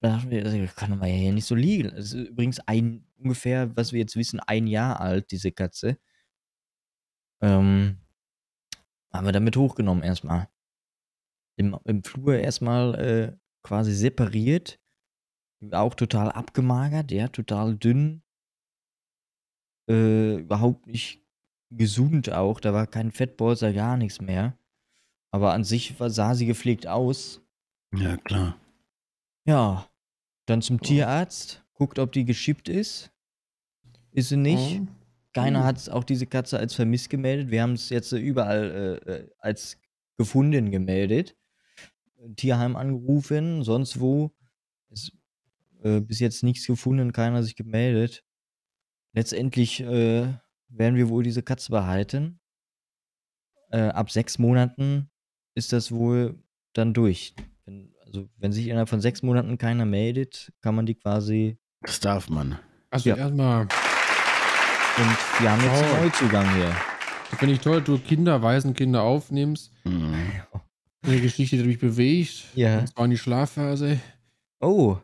Speaker 1: da dachten wir, das kann man ja hier nicht so liegen. Das ist übrigens ein, ungefähr, was wir jetzt wissen, ein Jahr alt, diese Katze. Ähm, haben wir damit hochgenommen erstmal. Im, im Flur erstmal äh, quasi separiert. Auch total abgemagert, ja, total dünn. Äh, überhaupt nicht gesund auch. Da war kein Fettbolzer, gar nichts mehr. Aber an sich war, sah sie gepflegt aus.
Speaker 4: Ja, klar.
Speaker 1: Ja, dann zum Tierarzt, guckt, ob die geschippt ist. Ist sie nicht.
Speaker 3: Ja.
Speaker 1: Keiner hat auch diese Katze als vermisst gemeldet. Wir haben es jetzt äh, überall äh, äh, als gefunden gemeldet. Tierheim angerufen, sonst wo. Ist, äh, bis jetzt nichts gefunden, keiner sich gemeldet. Letztendlich äh, werden wir wohl diese Katze behalten. Äh, ab sechs Monaten ist das wohl dann durch. Wenn, also, wenn sich innerhalb von sechs Monaten keiner meldet, kann man die quasi.
Speaker 4: Das darf man.
Speaker 3: Also
Speaker 1: Ja.
Speaker 3: erstmal,
Speaker 1: Und wir haben jetzt einen
Speaker 3: Toll.
Speaker 1: Neuzugang hier.
Speaker 3: finde ich toll, du Kinder, Waisenkinder aufnimmst.
Speaker 4: Mhm.
Speaker 3: Eine Geschichte, die mich bewegt.
Speaker 1: Ja.
Speaker 3: Das war in die Schlafphase.
Speaker 1: Oh.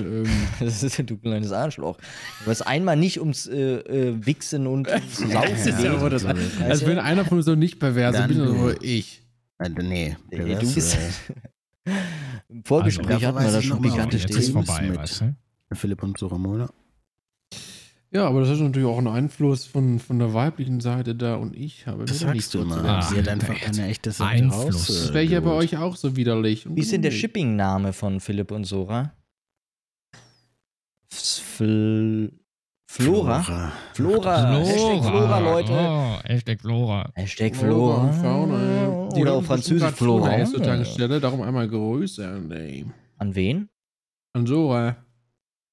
Speaker 3: ähm,
Speaker 1: Das ist ja du kleines Arschloch. Du hast einmal nicht ums äh, äh, Wichsen und ums Saufen
Speaker 4: Das ist ja
Speaker 1: geht.
Speaker 4: aber
Speaker 3: das-
Speaker 1: Weißt
Speaker 3: als
Speaker 1: du?
Speaker 3: also wenn einer von uns so nicht perverse
Speaker 4: Dann
Speaker 3: bin,
Speaker 4: du.
Speaker 3: nur ich.
Speaker 4: Äh, nee.
Speaker 1: Äh, du bist.
Speaker 4: äh,
Speaker 1: Im Vorgespräch
Speaker 4: Also,
Speaker 1: hatten wir
Speaker 4: weiß
Speaker 1: da
Speaker 4: ich
Speaker 1: schon
Speaker 4: noch mal,
Speaker 2: Ja, und
Speaker 1: pikante
Speaker 4: Gigantisch
Speaker 2: jetzt ist
Speaker 1: Themen.
Speaker 4: Themen.
Speaker 2: vorbei,
Speaker 4: mit.
Speaker 2: weißt du?
Speaker 4: Philipp und Suramola.
Speaker 3: Ja, aber das ist natürlich auch ein Einfluss von, von der weiblichen Seite da und ich habe wieder
Speaker 4: Das sagst
Speaker 3: nichts
Speaker 4: du
Speaker 3: dazu.
Speaker 4: immer.
Speaker 2: Ah,
Speaker 4: Sie hat einfach
Speaker 2: Alter.
Speaker 4: keine echte Seite
Speaker 2: Einfluss.
Speaker 4: raus, äh,
Speaker 3: Das wäre ja bei
Speaker 4: geholt.
Speaker 3: euch auch so widerlich.
Speaker 1: Wie ist denn der
Speaker 4: Hm.
Speaker 1: Shipping-Name von Philipp und Sora? Fl Flora? Flora. Hashtag Flora, Leute.
Speaker 2: Oh, Hashtag Flora.
Speaker 1: Hashtag Flora.
Speaker 3: Flora und Fauna.
Speaker 1: Oder auf Französisch Flora.
Speaker 3: Ist zur Tankstelle, darum einmal größer. Nee.
Speaker 1: An wen?
Speaker 3: An Sora.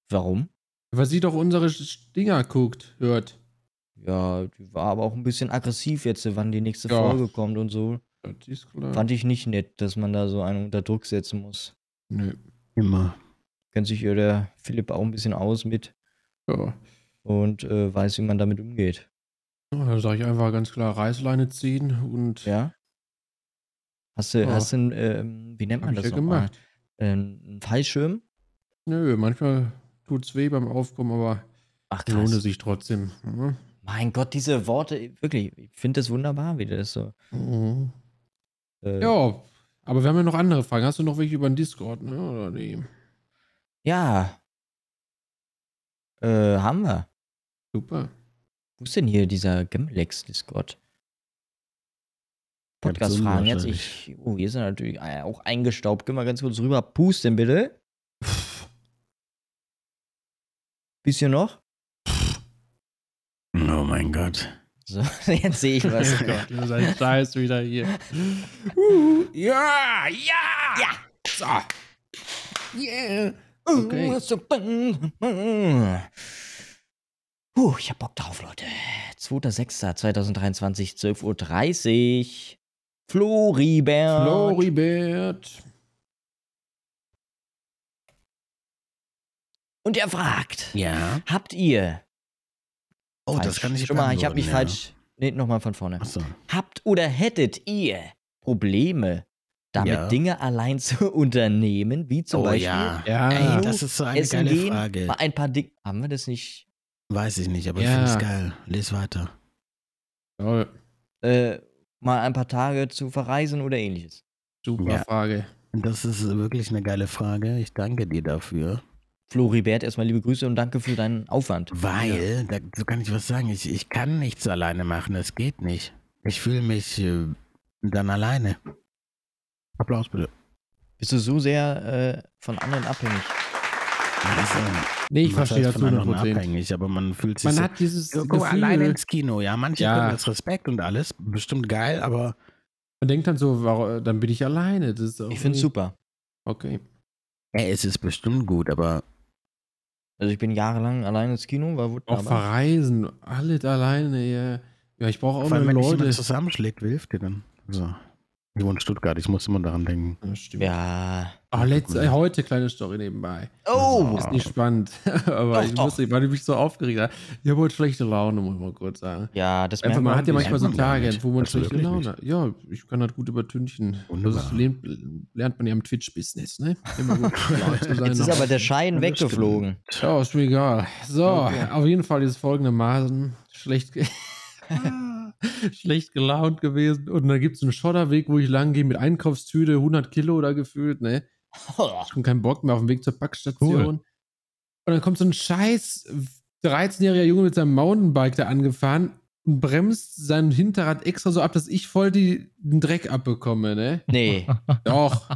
Speaker 1: Warum?
Speaker 3: Weil äh, sie doch unsere Sch- Dinger guckt, hört.
Speaker 1: Ja, die war aber auch ein bisschen aggressiv jetzt, wann die nächste
Speaker 3: Ja.
Speaker 1: Folge kommt und so.
Speaker 3: Das ist klar.
Speaker 1: Fand ich nicht nett, dass man da so einen unter Druck setzen muss.
Speaker 3: Nö.
Speaker 4: Immer.
Speaker 1: Kennt sich ja der Philipp auch ein bisschen aus mit
Speaker 3: Ja.
Speaker 1: und äh, weiß, wie man damit umgeht.
Speaker 3: Ja, Da sage ich einfach ganz klar, Reißleine ziehen und
Speaker 1: Ja? Hast du,
Speaker 3: Ja.
Speaker 1: hast du, einen, ähm, wie nennt
Speaker 3: hab
Speaker 1: man
Speaker 3: ich
Speaker 1: das
Speaker 3: ja
Speaker 1: noch
Speaker 3: gemacht.
Speaker 1: mal? Ähm, einen Fallschirm?
Speaker 3: Nö, manchmal tut's weh beim Aufkommen, aber
Speaker 1: Ach,
Speaker 3: lohnt
Speaker 1: krass.
Speaker 3: es sich trotzdem. ne? Ja.
Speaker 1: Mein Gott, diese Worte, wirklich, ich finde das wunderbar, wie du das so.
Speaker 3: Mhm.
Speaker 1: Äh,
Speaker 3: Ja, aber wir haben ja noch andere Fragen. Hast du noch welche über den Discord, ne? Oder nee?
Speaker 1: Ja. Äh, haben wir.
Speaker 3: Super.
Speaker 1: Wo ist denn hier dieser Gemlex Discord?
Speaker 4: Ganz
Speaker 1: Podcast-Fragen jetzt.
Speaker 4: unwahrscheinlich.
Speaker 1: Ich, oh, hier sind natürlich äh, auch eingestaubt. Gehen wir ganz kurz rüber. Pusten bitte. Bisschen noch.
Speaker 4: Oh mein Gott.
Speaker 1: So, jetzt sehe ich was.
Speaker 3: Gott, ihr seid scheiß wieder hier.
Speaker 1: ja, ja, ja.
Speaker 3: So. Yeah. Okay.
Speaker 1: Okay. Uh. Puh, ich hab Bock drauf, Leute. 2.6.2023, 12.30 Uhr. Floribert.
Speaker 3: Floribert.
Speaker 1: Und er fragt,
Speaker 4: Ja.
Speaker 1: habt ihr...
Speaker 4: Oh,
Speaker 1: falsch,
Speaker 4: das kann ich
Speaker 1: Schon mal, ich hab
Speaker 4: beantworten,
Speaker 1: mich
Speaker 4: ja.
Speaker 1: falsch... Nee, nochmal von vorne.
Speaker 4: Achso.
Speaker 1: Habt oder hättet ihr Probleme, damit
Speaker 4: Ja.
Speaker 1: Dinge allein zu unternehmen, wie zum
Speaker 4: Oh
Speaker 1: Beispiel
Speaker 4: ja.
Speaker 3: Ja.
Speaker 4: Ey, das ist so eine
Speaker 1: essen
Speaker 4: geile
Speaker 1: gehen,
Speaker 4: Frage.
Speaker 1: mal ein paar Dinge... Haben wir das nicht...
Speaker 4: Weiß ich nicht, aber ich
Speaker 3: Ja.
Speaker 4: finde es geil. Les weiter.
Speaker 3: Toll.
Speaker 1: Äh, mal ein paar Tage zu verreisen oder ähnliches?
Speaker 3: Super
Speaker 4: Ja.
Speaker 3: Frage.
Speaker 4: Das ist wirklich eine geile Frage. Ich danke dir dafür.
Speaker 1: Floribert, erstmal liebe Grüße und danke für deinen Aufwand.
Speaker 4: Weil, dazu kann ich was sagen, ich, ich kann nichts alleine machen, es geht nicht. Ich fühle mich äh, dann alleine. Applaus bitte.
Speaker 1: Bist du so sehr äh, von anderen abhängig?
Speaker 4: Also,
Speaker 3: Nee, ich
Speaker 4: was
Speaker 3: verstehe
Speaker 4: heißt
Speaker 3: das
Speaker 4: von anderen
Speaker 3: 100%.
Speaker 4: abhängig, aber man fühlt sich
Speaker 3: Man
Speaker 4: so,
Speaker 3: hat dieses
Speaker 4: so,
Speaker 3: Gefühl,
Speaker 4: guck, alleine ins Kino, ja, manche
Speaker 3: Ja.
Speaker 4: können das Respekt und alles, bestimmt geil, aber
Speaker 3: man denkt dann so, warum, dann bin ich alleine. Das ist auch
Speaker 1: Ich finde
Speaker 3: irgendwie-
Speaker 4: Oh.
Speaker 1: es super.
Speaker 3: Okay.
Speaker 4: ey, es ist bestimmt gut, aber
Speaker 1: Also ich bin jahrelang allein ins Kino, war wurde
Speaker 3: Auch
Speaker 1: aber
Speaker 3: verreisen, alle alleine. Ja, ja ich brauche auch
Speaker 4: vor allem,
Speaker 3: meine
Speaker 4: wenn dich
Speaker 3: Leute.
Speaker 4: jemand zusammenschlägt, wer hilft dir dann? So. Ich wohne in Stuttgart, ich muss immer daran denken.
Speaker 3: Ja, stimmt.
Speaker 1: ja.
Speaker 3: Ah, letzt, äh, heute kleine Story nebenbei.
Speaker 1: Oh,
Speaker 3: Ist nicht spannend, aber
Speaker 1: Doch,
Speaker 3: ich
Speaker 1: doch.
Speaker 3: musste, weil ich mich so aufgeregt habe. Ich habe heute schlechte Laune, muss ich mal kurz sagen.
Speaker 1: ja, das
Speaker 3: Einfach,
Speaker 1: merkt
Speaker 3: man hat ja
Speaker 1: ein
Speaker 3: manchmal so
Speaker 4: merkt man gar
Speaker 3: Tage,
Speaker 4: nicht.
Speaker 3: wo man
Speaker 4: Das
Speaker 3: schlechte
Speaker 4: wirklich
Speaker 3: Laune hat. Ja, ich kann das gut übertünchen. Also
Speaker 4: Wunderbar.
Speaker 3: Das lernt, lernt man ja im Twitch-Business, ne? Immer gut laut zu
Speaker 1: bisschen.
Speaker 3: sein.
Speaker 1: Jetzt ist aber der Schein
Speaker 4: Ja, das
Speaker 1: weggeflogen.
Speaker 3: ja, ist mir egal. So,
Speaker 1: Okay.
Speaker 3: auf jeden Fall ist es folgendermaßen schlecht, ge schlecht gelaunt gewesen. Und dann gibt es einen Schotterweg, wo ich lang gehe mit Einkaufstüte, 100 Kilo da gefühlt, ne? schon keinen Bock mehr auf dem Weg zur Packstation.
Speaker 2: Cool.
Speaker 3: Und dann kommt so ein scheiß 13-jähriger Junge mit seinem Mountainbike da angefahren und bremst sein Hinterrad extra so ab, dass ich voll die, den Dreck abbekomme, ne?
Speaker 1: Nee.
Speaker 3: Doch.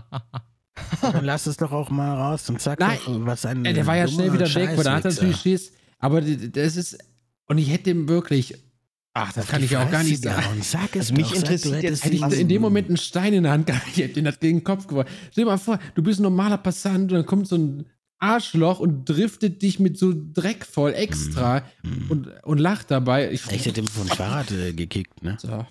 Speaker 4: Dann lass es doch auch mal raus und sag
Speaker 3: Nein,
Speaker 4: doch, was ein
Speaker 3: Ey, der war ja
Speaker 4: dummer
Speaker 3: schnell wieder weg, weil da hat er
Speaker 4: Scheißwichser.
Speaker 3: natürlich Schiss. Aber d- d- das ist. Und ich hätte dem wirklich. Ach, das kann ich ja auch gar nicht sagen.
Speaker 4: äh,
Speaker 3: Also
Speaker 4: Und sag
Speaker 1: es
Speaker 4: es
Speaker 1: mich doch, sag, interessiert du
Speaker 4: du
Speaker 1: hättest jetzt
Speaker 3: Hätte ich
Speaker 1: Was-
Speaker 3: in dem Moment einen Stein in der Hand gehabt, ich hätte den das gegen den Kopf geworfen. Stell dir mal vor, du bist ein normaler Passant und dann kommt so ein Arschloch und driftet dich mit so Dreck voll extra
Speaker 1: Mhm.
Speaker 3: und, und lacht dabei. Ich,
Speaker 4: Ich hätte ihm von Fahrrad äh, gekickt, ne?
Speaker 3: So.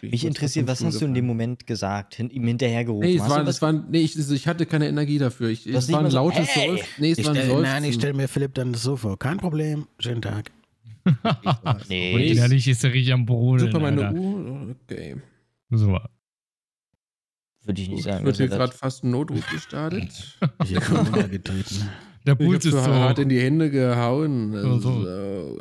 Speaker 3: Ich
Speaker 1: Mich
Speaker 3: muss
Speaker 1: interessiert,
Speaker 3: das
Speaker 1: was
Speaker 3: vom
Speaker 1: hast du
Speaker 3: Stuhl
Speaker 1: in dem
Speaker 3: gefallen.
Speaker 1: Moment gesagt? Hin, ihm hinterhergerufen?
Speaker 3: Nee, es
Speaker 1: hast
Speaker 3: war,
Speaker 1: du was?
Speaker 3: es war, nee ich, ich hatte keine Energie dafür. Ich,
Speaker 1: Das
Speaker 3: es
Speaker 1: nicht
Speaker 3: war ein
Speaker 1: mal so,
Speaker 3: lautes
Speaker 1: hey!
Speaker 3: Seufzen. Nee, es
Speaker 4: Ich
Speaker 3: war ein
Speaker 4: stell, nein, ich
Speaker 3: Seufzen.
Speaker 4: stelle mir Philipp dann so vor. Kein Problem. Schönen Tag.
Speaker 1: nee,
Speaker 2: Und
Speaker 3: Nee,
Speaker 1: das-
Speaker 2: innerlich ist er richtig am Brodeln.
Speaker 3: Super, meine
Speaker 2: Alter.
Speaker 3: Uhr. Okay.
Speaker 2: Super.
Speaker 1: würde ich also nicht
Speaker 3: Gut,
Speaker 1: sagen.
Speaker 3: wird hier
Speaker 1: dass er
Speaker 3: gerade fast ein Notruf gestartet.
Speaker 4: Ich habe ihn runtergetreten.
Speaker 2: Der
Speaker 3: Ich
Speaker 2: Puls
Speaker 3: hab's
Speaker 2: ist
Speaker 3: mir
Speaker 2: so.
Speaker 3: hart in die Hände gehauen.
Speaker 2: Ja, so.
Speaker 3: Also.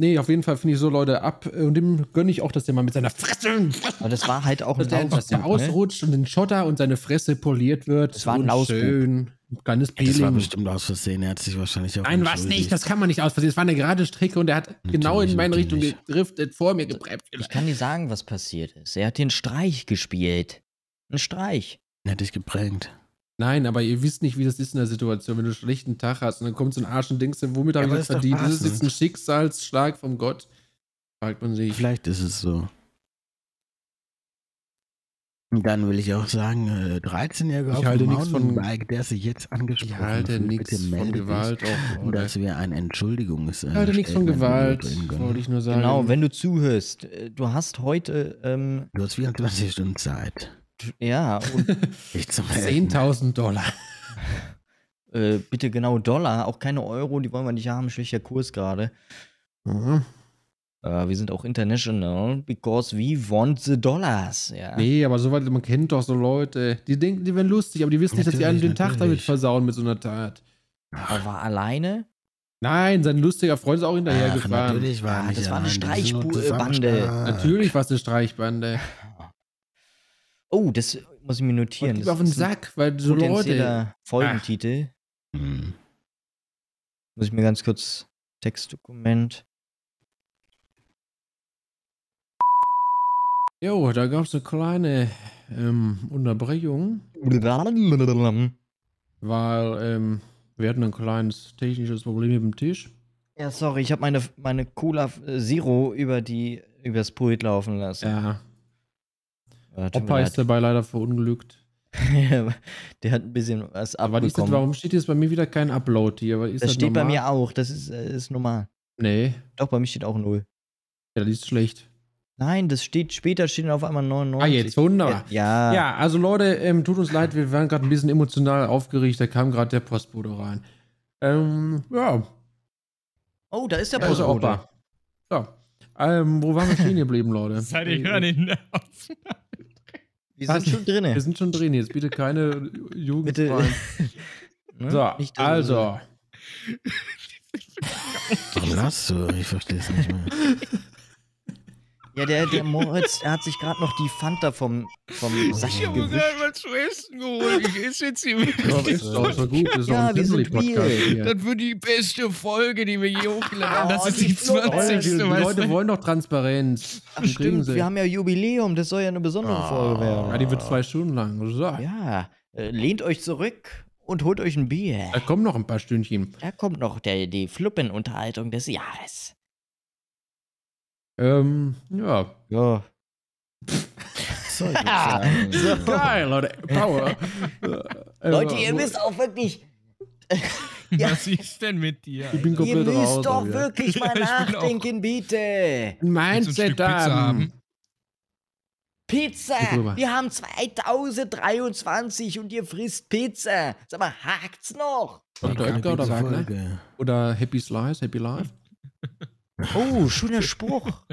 Speaker 3: Nee, auf jeden Fall finde ich so Leute ab und dem gönne ich auch, dass der mal mit seiner Fresse,
Speaker 1: das- Aber das war halt auch
Speaker 3: dass
Speaker 1: ein
Speaker 3: der, dass der
Speaker 1: Lausbub, ne?
Speaker 3: ausrutscht und den Schotter und seine Fresse poliert wird.
Speaker 1: Das war ein
Speaker 3: Und
Speaker 1: Lausbub.
Speaker 3: Schön, ein kleines
Speaker 4: Das war
Speaker 3: Peeling.
Speaker 4: bestimmt aus Versehen. Er hat sich wahrscheinlich auch.
Speaker 3: Nein, was nicht,
Speaker 4: entschuldigt.
Speaker 3: das kann man nicht ausversehen. Es war eine gerade Strecke und er hat genau in
Speaker 4: Natürlich,
Speaker 3: meine Richtung
Speaker 4: natürlich.
Speaker 3: gedriftet, vor mir gebremst.
Speaker 1: Ich kann dir sagen, was passiert ist. Er hat den Streich gespielt. Ein Streich.
Speaker 4: Er hat dich geprägt.
Speaker 3: Nein, aber ihr wisst nicht, wie das ist in der Situation, wenn du einen schlechten Tag hast und dann kommt so ein Arsch und denkst dir, womit habe
Speaker 4: Ja,
Speaker 3: ich
Speaker 4: aber
Speaker 3: das
Speaker 4: ist doch
Speaker 3: verdient? Das ist
Speaker 4: passend.
Speaker 3: jetzt ein Schicksalsschlag vom Gott. Fragt man sich.
Speaker 4: Vielleicht ist es so. Dann will ich auch sagen, äh, 13-Jähriger
Speaker 3: Ich
Speaker 4: auf
Speaker 3: halte
Speaker 4: dem
Speaker 3: nichts von-
Speaker 4: Mountainbike, der sich jetzt
Speaker 3: Ich
Speaker 4: angesprochen
Speaker 3: halte
Speaker 4: fühlt,
Speaker 3: nichts
Speaker 4: bitte
Speaker 3: von
Speaker 4: melde dich,
Speaker 3: Gewalt auch. Leute.
Speaker 4: Dass wir ein Entschuldigungs.
Speaker 3: Ich halte nichts von Gewalt, wollte ich nur sagen.
Speaker 1: Genau, wenn du zuhörst. äh, Du hast heute, ähm,
Speaker 4: Du hast 24 Stunden Zeit.
Speaker 1: ja, und
Speaker 4: Ich zum Helden.
Speaker 3: 10.000 Dollar.
Speaker 1: äh, bitte genau Dollar, auch keine Euro, die wollen wir nicht haben, schlechter Kurs gerade.
Speaker 3: Mhm.
Speaker 1: Äh, wir sind auch international, because we want the dollars. Ja.
Speaker 3: Nee, aber so weit, man kennt doch so Leute. Die denken, die wären lustig, aber die wissen nicht, dass die einen
Speaker 4: Natürlich,
Speaker 3: den Tag damit
Speaker 4: natürlich.
Speaker 3: versauen mit so einer Tat.
Speaker 1: Aber war alleine
Speaker 3: Nein, sein lustiger Freund ist auch
Speaker 4: Ach,
Speaker 3: hinterhergefahren.
Speaker 4: natürlich war
Speaker 1: Ah,
Speaker 4: nicht
Speaker 1: das war eine
Speaker 4: allein, die sind nur
Speaker 1: Streichbu- äh,
Speaker 4: zusammen
Speaker 1: Bande.
Speaker 4: stark.
Speaker 3: Natürlich war es eine Streichbande.
Speaker 1: Oh, das muss ich mir
Speaker 3: Und
Speaker 1: notieren.
Speaker 3: gib
Speaker 1: Das
Speaker 3: auf den
Speaker 1: ist ein
Speaker 3: Sack, weil so Leute.
Speaker 1: potenzieller Folgentitel.
Speaker 4: Hm.
Speaker 1: Muss ich mir ganz kurz Textdokument.
Speaker 3: Jo, da gab es eine kleine ähm, Unterbrechung, weil ähm, wir hatten ein kleines technisches Problem mit dem Tisch.
Speaker 1: Ja, sorry, ich habe meine, meine Cola äh, Zero über die übers Pult laufen lassen.
Speaker 3: Ja,
Speaker 1: Ja, tut mir
Speaker 3: Äh, Opa ist
Speaker 1: leid.
Speaker 3: dabei leider verunglückt.
Speaker 1: der hat ein bisschen was
Speaker 3: Aber ist das,
Speaker 1: abbekommen.
Speaker 3: warum steht jetzt bei mir wieder kein Upload hier? Was Ist
Speaker 1: das steht bei
Speaker 3: normal?
Speaker 1: mir auch, das ist, äh, ist normal.
Speaker 3: Nee,
Speaker 1: Doch, bei mir steht auch null.
Speaker 3: ja, das ist schlecht.
Speaker 1: Nein, das steht später steht auf einmal 99.
Speaker 3: Ah, jetzt, wunderbar.
Speaker 1: Ja.
Speaker 3: Ja, also Leute, ähm, tut uns leid, wir waren gerade ein bisschen emotional aufgeregt, da kam gerade der Postbote rein. Ähm, ja,
Speaker 1: Oh, da ist der
Speaker 3: großer
Speaker 1: Postbote.
Speaker 3: Also, Opa. So, ähm, wo waren wir stehen geblieben, Leute?
Speaker 2: Seid ihr hören ihn aus?
Speaker 1: Wir
Speaker 3: Was?
Speaker 1: sind schon
Speaker 3: Wir
Speaker 1: drinne.
Speaker 3: sind schon drin jetzt, bitte keine
Speaker 1: Bitte.
Speaker 3: Jugendfragen.
Speaker 1: Ne?
Speaker 3: So,
Speaker 1: Nicht drin.
Speaker 3: also,
Speaker 4: Warum lachst du? Ich verstehe es nicht mehr.
Speaker 1: Ja, der, der Moritz, der hat sich gerade noch die Fanta vom, vom Sack
Speaker 4: Ich hab mir
Speaker 1: gewischt.
Speaker 2: was zu essen geholt. Ich esse jetzt hier
Speaker 3: ja, ist doch so gut, ist doch
Speaker 1: Ja,
Speaker 3: ein
Speaker 1: wir sind
Speaker 3: Timpeli-Podcast
Speaker 1: real.
Speaker 3: hier.
Speaker 2: wird die beste Folge, die wir je hochgeladen
Speaker 1: haben. Das
Speaker 4: Oh,
Speaker 1: ist die
Speaker 3: Leute, die, die
Speaker 1: 20.,
Speaker 3: Leute wollen doch Transparenz.
Speaker 1: Ach,
Speaker 3: Die kriegen
Speaker 1: stimmt,
Speaker 3: sie.
Speaker 1: wir haben ja Jubiläum, das soll ja eine besondere Folge werden.
Speaker 3: ja, die wird zwei Stunden lang. So,
Speaker 1: Ja, äh, lehnt euch zurück und holt euch ein Bier.
Speaker 3: da kommen Äh, noch ein paar Stündchen.
Speaker 1: Da kommt noch der, die Fluppenunterhaltung des Jahres.
Speaker 3: Ähm, ja.
Speaker 1: Ja.
Speaker 4: So, ich würd sagen,
Speaker 3: Geil, Leute. Power. Äh,
Speaker 1: Leute,
Speaker 3: äh,
Speaker 1: ihr müsst auch wirklich. Ja.
Speaker 2: Was ist denn mit dir?
Speaker 3: Ich bin
Speaker 1: Ihr
Speaker 3: komplett
Speaker 1: müsst
Speaker 3: raus.
Speaker 1: doch
Speaker 3: Alter.
Speaker 1: wirklich mal
Speaker 2: Ja, ich bin auch-
Speaker 1: nachdenken, bitte.
Speaker 3: Ein
Speaker 2: Willst du ein Stück
Speaker 3: Mindset
Speaker 2: Pizza
Speaker 3: haben.
Speaker 1: Pizza!
Speaker 3: Geht rüber.
Speaker 1: Wir haben 2023 und ihr frisst Pizza. Sag mal, hakt's noch?
Speaker 3: Dr.
Speaker 4: keine
Speaker 3: Oetker oder
Speaker 4: gute
Speaker 3: Wagner?
Speaker 4: Folge.
Speaker 3: Oder Happy Slice, Happy Life.
Speaker 1: Oh, schöner Spruch.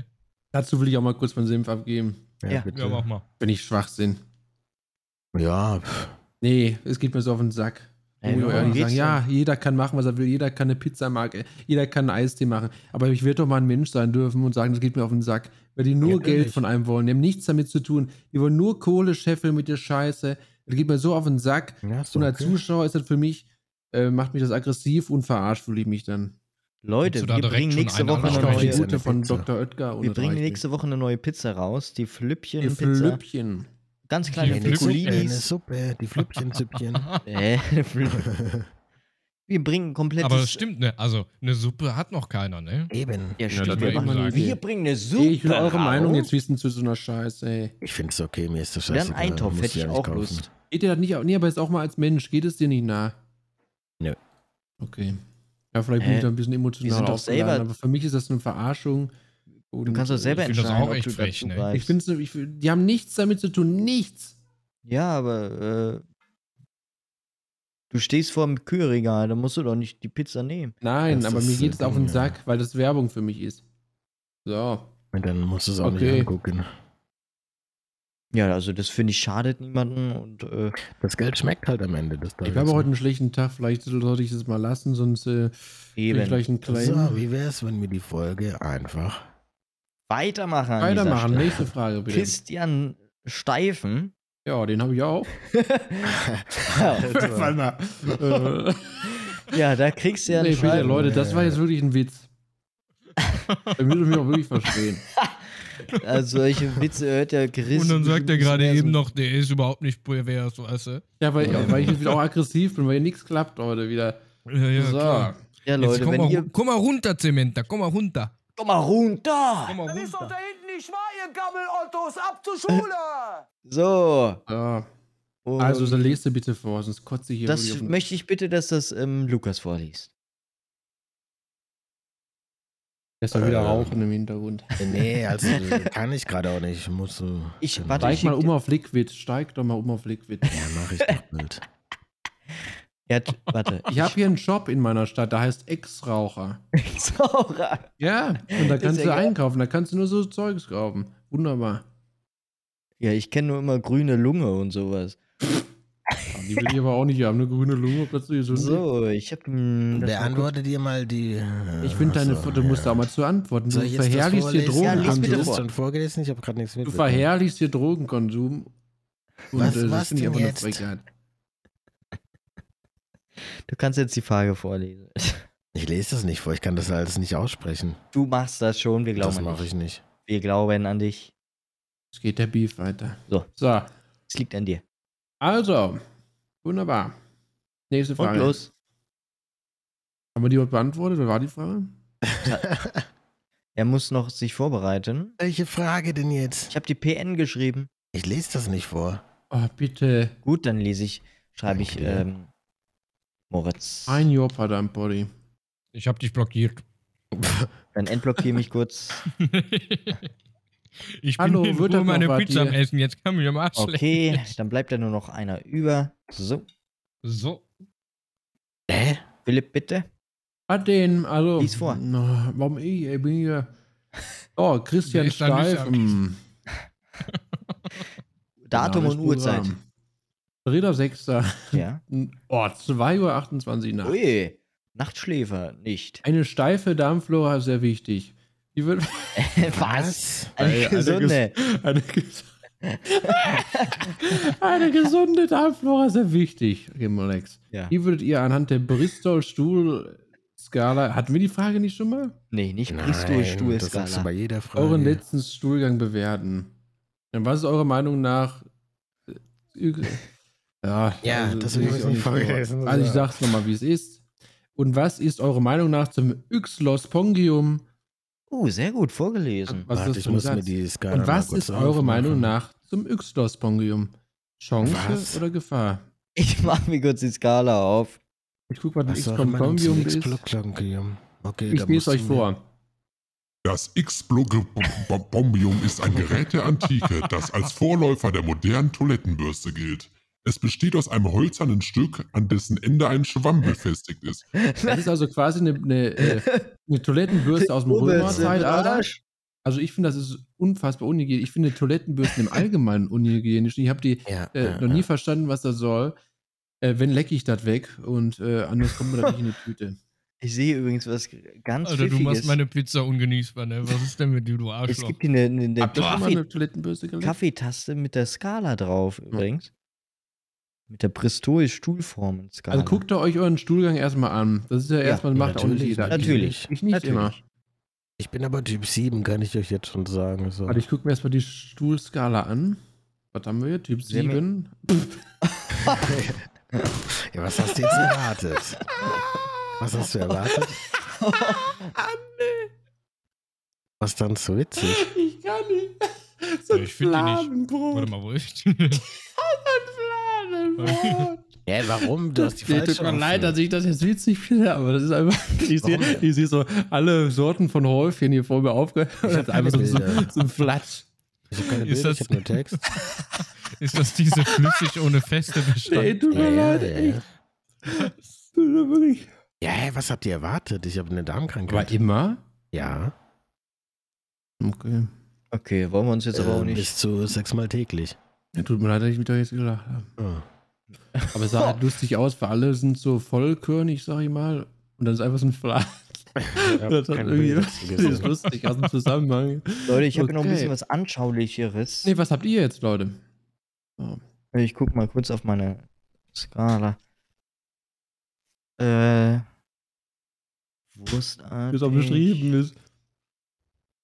Speaker 3: Dazu will ich auch mal kurz meinen Senf abgeben.
Speaker 1: Ja.
Speaker 4: Ja, bitte.
Speaker 2: Ja, mach mal.
Speaker 3: Wenn ich Schwachsinn.
Speaker 4: ja, pff,
Speaker 3: Nee, es geht mir so auf den Sack.
Speaker 1: Ey,
Speaker 3: Muss ich
Speaker 1: worum
Speaker 3: ehrlich
Speaker 1: geht's
Speaker 3: sagen, ja, jeder kann machen, was er will, jeder kann eine Pizza machen, jeder kann einen Eistee machen. Aber ich werde doch mal ein Mensch sein dürfen und sagen, das geht mir auf den Sack. Weil die nur
Speaker 4: Natürlich.
Speaker 3: Geld von einem wollen, die haben nichts damit zu tun. Die wollen nur Kohle scheffeln mit der Scheiße. Das geht mir so auf den Sack.
Speaker 4: ja, ist
Speaker 3: So als
Speaker 4: okay.
Speaker 3: Zuschauer ist das für mich, äh, macht mich das aggressiv und verarscht fühle ich mich dann.
Speaker 1: Leute,
Speaker 2: Willst du da
Speaker 1: wir
Speaker 2: direkt
Speaker 1: bringen
Speaker 2: schon
Speaker 1: nächste
Speaker 2: einen
Speaker 1: Woche
Speaker 3: Ich
Speaker 1: eine
Speaker 4: anmachen?
Speaker 3: kaufe die
Speaker 1: neue,
Speaker 4: Pizza,
Speaker 3: gute von
Speaker 4: eine Pizza.
Speaker 3: Dr. Oetker. und
Speaker 1: wir
Speaker 3: das
Speaker 1: bringen
Speaker 3: reicht
Speaker 1: nächste Woche eine neue Pizza raus, die
Speaker 3: mir. die
Speaker 1: Flüppchen-Pizza.
Speaker 3: Flüppchen.
Speaker 1: Ganz
Speaker 2: Die
Speaker 1: kleine
Speaker 4: Eine Suppe, eine
Speaker 1: Piccolinis.
Speaker 4: Suppe, die Flüppchen-Süppchen.
Speaker 1: Äh, wir bringen komplett.
Speaker 2: Aber stimmt, ne? Also, eine Suppe hat noch keiner, ne?
Speaker 4: Eben.
Speaker 1: Ja,
Speaker 3: das
Speaker 1: stimmt.
Speaker 3: wär
Speaker 1: wir,
Speaker 3: immer eine
Speaker 1: machen,
Speaker 3: Idee.
Speaker 1: wir bringen eine Suppe.
Speaker 3: Ich will eure Meinung
Speaker 1: raus.
Speaker 3: jetzt wissen zu so einer Scheiße, ey.
Speaker 4: Ich find's okay, mir ist das
Speaker 1: Dann
Speaker 4: scheiße.
Speaker 1: Eintopf hätte ich auch Lust.
Speaker 3: Geht dir das nicht, nee, aber jetzt auch mal als Mensch, geht es dir nicht nah?
Speaker 4: Nö.
Speaker 3: Okay. Ja, vielleicht bin
Speaker 1: Äh,
Speaker 3: ich da ein bisschen
Speaker 1: wir
Speaker 3: emotional
Speaker 1: sind doch
Speaker 3: aufgeladen,
Speaker 1: selber-
Speaker 3: aber für mich ist das eine Verarschung.
Speaker 1: Du kannst doch selber
Speaker 2: Ich find das
Speaker 1: entscheiden,
Speaker 2: auch
Speaker 1: ob
Speaker 2: echt
Speaker 1: du
Speaker 2: frech,
Speaker 1: dazu
Speaker 2: ne?
Speaker 1: greifst.
Speaker 3: Ich find's, ich, die haben nichts damit zu tun, nichts.
Speaker 1: Ja, aber äh, du stehst vor dem Kühlregal, da musst du doch nicht die Pizza nehmen.
Speaker 3: Nein,
Speaker 4: Das
Speaker 3: aber
Speaker 4: ist
Speaker 3: mir
Speaker 4: so
Speaker 3: geht es auf den
Speaker 4: Ding, ja.
Speaker 3: Sack, weil das Werbung für mich ist. So.
Speaker 4: Und dann musst du es auch
Speaker 3: Okay.
Speaker 4: nicht angucken.
Speaker 1: Ja, also das finde ich schadet niemandem und äh,
Speaker 4: Das Geld schmeckt halt am Ende des Tages.
Speaker 3: Ich habe heute einen schlechten Tag, vielleicht sollte ich es mal lassen, sonst äh, krieg ich
Speaker 1: eben
Speaker 3: gleich einen
Speaker 4: So,
Speaker 3: kleinen.
Speaker 4: wie wär's, wenn wir die Folge einfach
Speaker 1: weitermachen. An
Speaker 3: Weitermachen,
Speaker 1: dieser Stelle.
Speaker 3: nächste Frage bitte.
Speaker 1: Christian Steifen.
Speaker 3: Ja, den habe ich auch. Warte mal. Äh,
Speaker 1: ja, da kriegst du ja
Speaker 3: nee,
Speaker 1: einen
Speaker 3: bitte,
Speaker 1: Schreiben.
Speaker 3: Leute, das war jetzt wirklich ein Witz. Ihr müsst mich auch wirklich verstehen.
Speaker 1: Also solche Witze hört der Chris.
Speaker 2: Und dann sagt er
Speaker 1: bestimmt
Speaker 2: gerade
Speaker 1: nicht mehr
Speaker 2: eben
Speaker 1: so.
Speaker 2: noch, der ist überhaupt nicht pervers, weißt du?
Speaker 3: Ja, weil, weil ich jetzt wieder auch aggressiv bin, weil hier nichts klappt heute wieder.
Speaker 2: Ja, ja,
Speaker 3: so.
Speaker 2: klar.
Speaker 1: Ja,
Speaker 2: Jetzt
Speaker 1: Leute,
Speaker 2: komm,
Speaker 1: wenn
Speaker 2: mal,
Speaker 1: ihr.
Speaker 2: komm mal runter, Zementa, komm mal runter.
Speaker 1: Komm mal runter!
Speaker 2: Komm mal runter.
Speaker 1: So.
Speaker 3: Ja.
Speaker 1: und
Speaker 3: Also, dann lest du bitte vor, sonst kotze ich hier
Speaker 1: das
Speaker 3: wirklich auf den-
Speaker 1: möchte ich bitte, dass das ähm, Lukas vorliest.
Speaker 3: Lässt doch
Speaker 1: Äh.
Speaker 3: wieder rauchen im Hintergrund.
Speaker 4: Nee, also kann ich gerade auch nicht. Muss so.
Speaker 1: Ich-
Speaker 4: Dann-
Speaker 1: warte,
Speaker 3: Steig mal
Speaker 1: schick
Speaker 3: um
Speaker 1: dir-
Speaker 3: auf Liquid. Steig doch mal um auf Liquid.
Speaker 4: Ja, mach ich doch bald.
Speaker 1: Er hat, warte.
Speaker 3: Ich habe hier einen Shop in meiner Stadt, der heißt Ex-Raucher.
Speaker 1: Saurer.
Speaker 3: Ja, und da
Speaker 1: Ist
Speaker 3: kannst
Speaker 1: ja
Speaker 3: du
Speaker 1: geil.
Speaker 3: einkaufen, da kannst du nur so Zeugs kaufen. Wunderbar.
Speaker 1: Ja, ich kenne nur immer grüne Lunge und sowas.
Speaker 3: haben. Ah, Die will ich aber auch nicht haben. Eine grüne Lunge plötzlich so.
Speaker 1: So, ich hm, habe.
Speaker 4: Beantwortet ihr mal die.
Speaker 3: Ich finde, deine
Speaker 4: Achso,
Speaker 3: du musst
Speaker 4: Also, ja.
Speaker 3: auch mal zu antworten. Du
Speaker 4: Soll ich jetzt das
Speaker 3: verherrlichst hier
Speaker 4: vorlesen?
Speaker 1: Ja, lies
Speaker 3: Drogenkonsum.
Speaker 1: bitte
Speaker 4: Du hast
Speaker 1: vor.
Speaker 4: schon vorgelesen, ich habe gerade nichts
Speaker 3: du
Speaker 4: mitbekommen.
Speaker 3: verherrlichst hier Drogenkonsum. Und
Speaker 4: Was-
Speaker 3: äh, das
Speaker 4: was
Speaker 3: finde ich
Speaker 4: denn
Speaker 3: aber eine
Speaker 4: jetzt?
Speaker 3: Frechheit.
Speaker 1: Du kannst jetzt die Frage vorlesen.
Speaker 4: Ich lese das nicht vor, ich kann das alles nicht aussprechen.
Speaker 1: Du machst das schon, wir
Speaker 4: Das
Speaker 1: glauben an
Speaker 4: mache
Speaker 1: dich.
Speaker 4: ich nicht.
Speaker 1: Wir glauben an dich.
Speaker 3: Jetzt geht der Beef weiter.
Speaker 1: So.
Speaker 3: So.
Speaker 1: Es liegt an dir.
Speaker 3: Also. Wunderbar. Nächste
Speaker 1: Und
Speaker 3: Frage.
Speaker 1: los.
Speaker 3: Haben wir die heute beantwortet? Oder war die Frage?
Speaker 1: Er muss noch sich vorbereiten.
Speaker 4: Welche Frage denn jetzt?
Speaker 1: Ich habe die PN geschrieben.
Speaker 4: Ich lese das nicht vor.
Speaker 3: Oh, bitte.
Speaker 1: Gut, dann lese ich, schreibe ich
Speaker 4: Danke dir.
Speaker 1: ähm, Moritz.
Speaker 3: Ein Jahr verdammt, Body.
Speaker 2: Ich hab dich blockiert.
Speaker 1: Dann entblockiere mich kurz.
Speaker 2: ich bin
Speaker 3: Hallo,
Speaker 2: in
Speaker 3: wird das
Speaker 2: Ruhe
Speaker 3: noch
Speaker 2: meine
Speaker 3: was
Speaker 2: Pizza am
Speaker 3: hier?
Speaker 2: Essen. Jetzt kann mich am Arsch lecken.
Speaker 1: Okay, dann bleibt da nur noch einer über. So,
Speaker 2: So.
Speaker 4: Hä?
Speaker 1: Philipp, bitte.
Speaker 3: Ah, den, also.
Speaker 1: Lies vor.
Speaker 3: Na, warum ich? Ich bin hier. Oh, Christian
Speaker 2: Wer ist da nicht
Speaker 3: Steif.
Speaker 2: am-
Speaker 3: hm.
Speaker 1: Datum
Speaker 3: Genau, das
Speaker 1: und Uhrzeit.
Speaker 3: Programm. Dritter, sechster.
Speaker 1: Ja.
Speaker 3: Oh, 2.28 Uhr nachts.
Speaker 1: Ui, Nachtschläfer nicht.
Speaker 3: Eine steife Darmflora ist sehr wichtig. Die wird
Speaker 1: Was? Eine
Speaker 3: Eine- eine
Speaker 1: gesunde.
Speaker 3: eine, ges eine gesunde Darmflora ist sehr wichtig, Gimalex.
Speaker 1: Ja.
Speaker 3: Die würdet ihr anhand der Bristol-Stuhl-Skala. Hatten wir die Frage nicht schon mal?
Speaker 1: Nee, nicht
Speaker 4: Nein, das sagst du bei
Speaker 1: Bristol-Stuhlskala.
Speaker 4: jeder Frage.
Speaker 3: Euren letzten Stuhlgang bewerten. Dann was ist eure Meinung nach? äh, üg- also, Ja,
Speaker 4: Ja, das will
Speaker 3: lese
Speaker 4: ich
Speaker 3: auch
Speaker 4: nicht
Speaker 3: vor.
Speaker 4: vorlesen,
Speaker 3: Also ich
Speaker 4: so.
Speaker 3: sag's nochmal, wie es ist. Und was ist eure Meinung nach zum Yxlospongium?
Speaker 1: Oh, sehr gut vorgelesen.
Speaker 3: Was ist das
Speaker 4: Hm, Warte, ich
Speaker 3: für ein
Speaker 4: muss mir
Speaker 3: Satz?
Speaker 4: die Skala
Speaker 3: Und was
Speaker 4: mal kurz
Speaker 3: ist eure
Speaker 4: aufmachen.
Speaker 3: Meinung nach zum Yxlospongium? Chance
Speaker 4: Was?
Speaker 3: oder Gefahr?
Speaker 1: Ich mach mir kurz die Skala auf.
Speaker 3: Ich guck mal,
Speaker 4: Was
Speaker 3: was
Speaker 4: ist eure Meinung
Speaker 3: Yxlospongium
Speaker 4: zum
Speaker 3: ist.
Speaker 4: Explodklonkium? Okay, da
Speaker 3: Ich lese
Speaker 4: musst
Speaker 3: euch
Speaker 4: du mir-
Speaker 3: vor.
Speaker 6: Das X-Bombium ist ein Gerät der Antike, das als Vorläufer der modernen Toilettenbürste gilt. Es besteht aus einem hölzernen Stück, an dessen Ende ein Schwamm befestigt ist.
Speaker 3: Das ist also quasi eine, eine, äh, eine Toilettenbürste aus dem Römerzeitalter. Also ich finde, das ist unfassbar unhygienisch. Ich finde Toilettenbürsten im Allgemeinen unhygienisch. Ich habe die
Speaker 4: Ja,
Speaker 3: äh,
Speaker 4: ja,
Speaker 3: noch nie
Speaker 4: ja.
Speaker 3: verstanden, was das soll. Äh, wenn lecke ich das weg und äh, anders kommt mir das nicht in die Tüte.
Speaker 1: Ich sehe übrigens was ganz
Speaker 2: Alter, du machst
Speaker 1: Pfiffiges.
Speaker 2: meine Pizza ungenießbar, ne? Was ist denn mit dir, du
Speaker 1: es
Speaker 2: Arschloch?
Speaker 1: gibt hier eine, eine, eine
Speaker 3: Habt ihr schon mal
Speaker 1: Kaffee,
Speaker 3: eine Toilettenbürste geleckt?
Speaker 1: Kaffeetaste mit der Skala drauf übrigens. Mit der Bristol-Stuhlformen-Skala.
Speaker 3: Also guckt ihr euch euren Stuhlgang erstmal an. Das ist ja erstmal, macht auch halt nicht
Speaker 4: natürlich,
Speaker 3: jeder.
Speaker 1: Natürlich.
Speaker 3: Ich nicht
Speaker 1: natürlich.
Speaker 3: immer.
Speaker 4: Ich bin aber Typ 7, kann ich euch jetzt schon sagen. So.
Speaker 3: Warte, ich gucke mir erstmal die Stuhlskala an. Was haben wir hier? Typ
Speaker 1: Sehr
Speaker 3: 7.
Speaker 4: ja, was hast du jetzt erwartet? Was hast du erwartet?
Speaker 3: ah, nee.
Speaker 4: Was dann so witzig?
Speaker 3: Ich kann nicht. So
Speaker 2: Ja, ich find die nicht. Warte
Speaker 3: Fladenbrot.
Speaker 2: mal, wo ist
Speaker 3: Ein Fladenbrot.
Speaker 4: Hä, warum? Du hast die
Speaker 3: Nee,
Speaker 4: falsche
Speaker 3: tut mir
Speaker 4: offen.
Speaker 3: leid, dass ich das jetzt witzig finde, aber das ist einfach. Ich sehe
Speaker 4: Warum denn?
Speaker 3: ich sehe so alle Sorten von Häufchen hier vor mir aufgehört. Das ist
Speaker 4: keine
Speaker 3: einfach so, so,
Speaker 4: Bilder.
Speaker 3: so ein Flatsch.
Speaker 4: Ich habe keine
Speaker 2: Ist
Speaker 4: Bilder, ich
Speaker 2: das-
Speaker 4: habe nur Text.
Speaker 2: Ist das diese flüssig ohne feste
Speaker 3: Nee,
Speaker 2: Bestand?
Speaker 3: tut
Speaker 4: Ja,
Speaker 3: mir
Speaker 4: ja,
Speaker 3: leid.
Speaker 4: ja,
Speaker 3: echt.
Speaker 4: ja.
Speaker 3: Tut mir wirklich-
Speaker 4: ja, hä, was habt ihr erwartet? Ich habe eine Darmkrankheit.
Speaker 3: Aber immer?
Speaker 4: ja,
Speaker 3: Okay.
Speaker 1: Okay, wollen wir uns jetzt
Speaker 3: Ähm,
Speaker 1: aber auch
Speaker 4: äh,
Speaker 1: nicht.
Speaker 4: bis zu sechsmal täglich.
Speaker 3: Ja, tut mir leid, dass ich mit euch jetzt gelacht habe.
Speaker 4: Oh.
Speaker 3: Aber es sah halt lustig aus, weil alle sind so vollkörnig, sag ich mal. Und dann ist einfach so ein Flatsch.
Speaker 4: Ich hab
Speaker 3: Das hat
Speaker 4: keine
Speaker 3: irgendwie-
Speaker 4: Bilder dazu
Speaker 3: Das ist
Speaker 4: gesehen.
Speaker 3: lustig aus dem Zusammenhang.
Speaker 1: Leute, ich habe hier noch ein bisschen
Speaker 3: Okay.
Speaker 1: was Anschaulicheres.
Speaker 3: Nee, was habt ihr jetzt, Leute?
Speaker 1: Ich guck mal kurz auf meine Skala. Äh. Wurstartig.
Speaker 3: wie es auch beschrieben ist.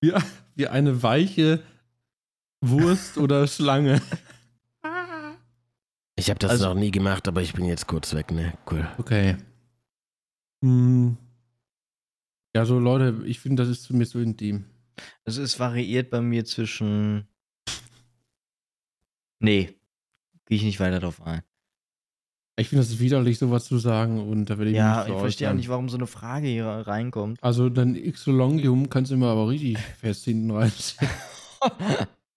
Speaker 3: Wie, wie eine weiche Wurst oder Schlange.
Speaker 4: Ich habe das
Speaker 1: Also-
Speaker 4: noch nie gemacht, aber ich bin jetzt kurz weg, ne? Cool.
Speaker 3: Okay. Hm. Ja, so Leute, ich finde, das ist zu mir so intim.
Speaker 1: Also es variiert bei mir zwischen. Nee. Gehe ich nicht weiter drauf ein.
Speaker 3: Ich finde, das ist widerlich, sowas zu sagen und da will ich
Speaker 1: ja,
Speaker 3: mich nicht
Speaker 1: ich
Speaker 3: so
Speaker 1: verstehe auch
Speaker 3: äußern.
Speaker 1: nicht, warum so eine Frage hier reinkommt.
Speaker 3: Also dein Xolongium kannst du mir aber richtig fest hinten reinziehen.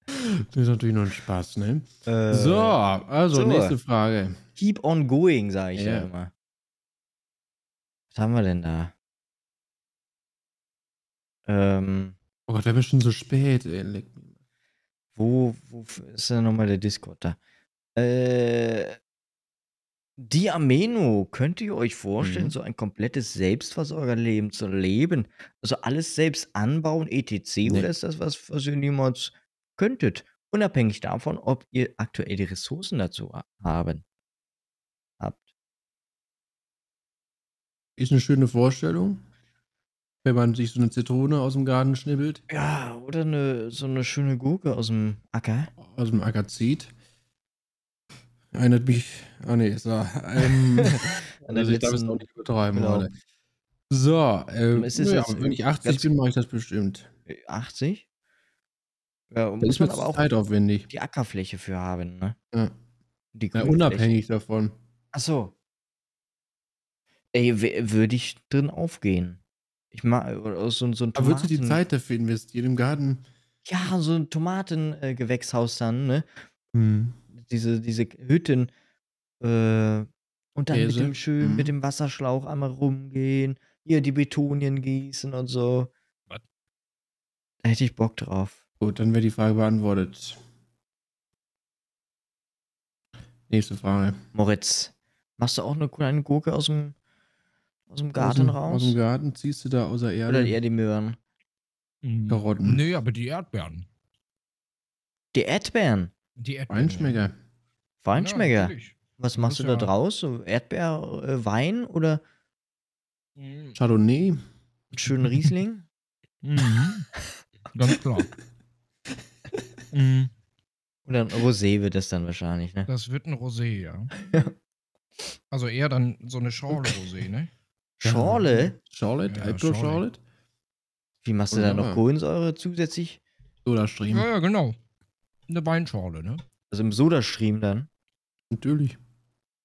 Speaker 3: das ist natürlich nur ein Spaß, ne?
Speaker 1: Äh,
Speaker 3: so, also
Speaker 1: so.
Speaker 3: nächste Frage.
Speaker 1: Keep on going, sage ich ja.
Speaker 3: Ja.
Speaker 1: immer. Was haben wir denn da? Ähm,
Speaker 3: Oh Gott, wir haben ja schon so spät, ey. Leck mich.
Speaker 1: wo, wo f- ist denn nochmal der Discord da? Äh, Die Ameno, könnt ihr euch
Speaker 3: Mhm.
Speaker 1: vorstellen, so ein komplettes Selbstversorgerleben zu leben? Also alles selbst anbauen, etc. Oder ist das was, was ihr niemals könntet? Unabhängig davon, ob ihr aktuell die Ressourcen dazu ha- haben. Habt.
Speaker 3: Ist eine schöne Vorstellung, wenn man sich so eine Zitrone aus dem Garten schnibbelt,
Speaker 1: Ja, oder eine, so eine schöne Gurke aus dem Acker.
Speaker 3: aus dem Acker zieht. Erinnert mich. Ah, nee, es war. Ähm,
Speaker 1: An der
Speaker 3: also ich darf es
Speaker 1: letzten-
Speaker 3: noch nicht übertreiben,
Speaker 1: genau.
Speaker 3: Leute. So, ähm,
Speaker 1: Es ist
Speaker 3: ja,
Speaker 1: jetzt
Speaker 3: wenn ich
Speaker 1: ganz-
Speaker 3: 80 bin, mache ich das bestimmt.
Speaker 1: 80? Äh, Ja,
Speaker 3: Das
Speaker 1: muss
Speaker 3: ist
Speaker 1: man
Speaker 3: mir
Speaker 1: aber
Speaker 3: aber
Speaker 1: auch
Speaker 3: zeitaufwendig.
Speaker 1: die Ackerfläche für haben, ne?
Speaker 3: Ja.
Speaker 1: Die
Speaker 3: Ja,
Speaker 1: Grünfläche.
Speaker 3: unabhängig davon.
Speaker 1: Ach so. Ey, würde ich drin aufgehen. Ich mag oder so, so ein
Speaker 3: Da würdest du die
Speaker 1: Tomaten-
Speaker 3: Zeit dafür investieren im Garten.
Speaker 1: Ja, so ein Tomatengewächshaus dann, ne?
Speaker 3: Hm.
Speaker 1: Diese, diese Hütten. Äh, und dann mit
Speaker 3: Käse.
Speaker 1: dem schön, mit
Speaker 4: Mhm.
Speaker 1: dem Wasserschlauch einmal rumgehen. Hier die Betonien gießen und so.
Speaker 2: Was?
Speaker 1: Da hätte ich Bock drauf.
Speaker 3: Gut, dann wäre die Frage beantwortet. Nächste Frage.
Speaker 1: Moritz, machst du auch eine kleine Gurke aus dem, aus dem Garten
Speaker 3: aus dem,
Speaker 1: raus?
Speaker 3: Aus dem Garten ziehst du da außer Erde.
Speaker 1: Oder eher die Möhren?
Speaker 2: Mhm.
Speaker 3: Karotten.
Speaker 2: Nee, aber die Erdbeeren.
Speaker 1: Die Erdbeeren.
Speaker 2: Die Erdbeeren.
Speaker 3: Feinschmecker.
Speaker 2: Ja,
Speaker 1: Feinschmecker.
Speaker 2: natürlich.
Speaker 1: Was machst du
Speaker 2: Muss
Speaker 1: da
Speaker 2: ja-
Speaker 1: draus? So Erdbeer, äh, Wein oder
Speaker 2: Mhm.
Speaker 3: Chardonnay.
Speaker 1: einen schönen Riesling?
Speaker 2: Mhm. Ganz klar. mhm.
Speaker 1: Oder ein Rosé wird das dann wahrscheinlich, ne?
Speaker 2: Das wird ein Rosé, ja.
Speaker 1: Ja.
Speaker 2: Also eher dann so eine Schorle Rosé, ne?
Speaker 1: Schorle?
Speaker 3: Charlotte,
Speaker 2: Ja,
Speaker 3: ja, Alpro
Speaker 2: Charlotte.
Speaker 3: Charlotte.
Speaker 1: Wie machst du da noch
Speaker 3: Wunderbar.
Speaker 1: Kohlensäure zusätzlich?
Speaker 3: Soda Stream.
Speaker 2: Ja, ja, genau. Eine Weinschorle, ne?
Speaker 1: Also im Sodastream dann.
Speaker 3: Natürlich.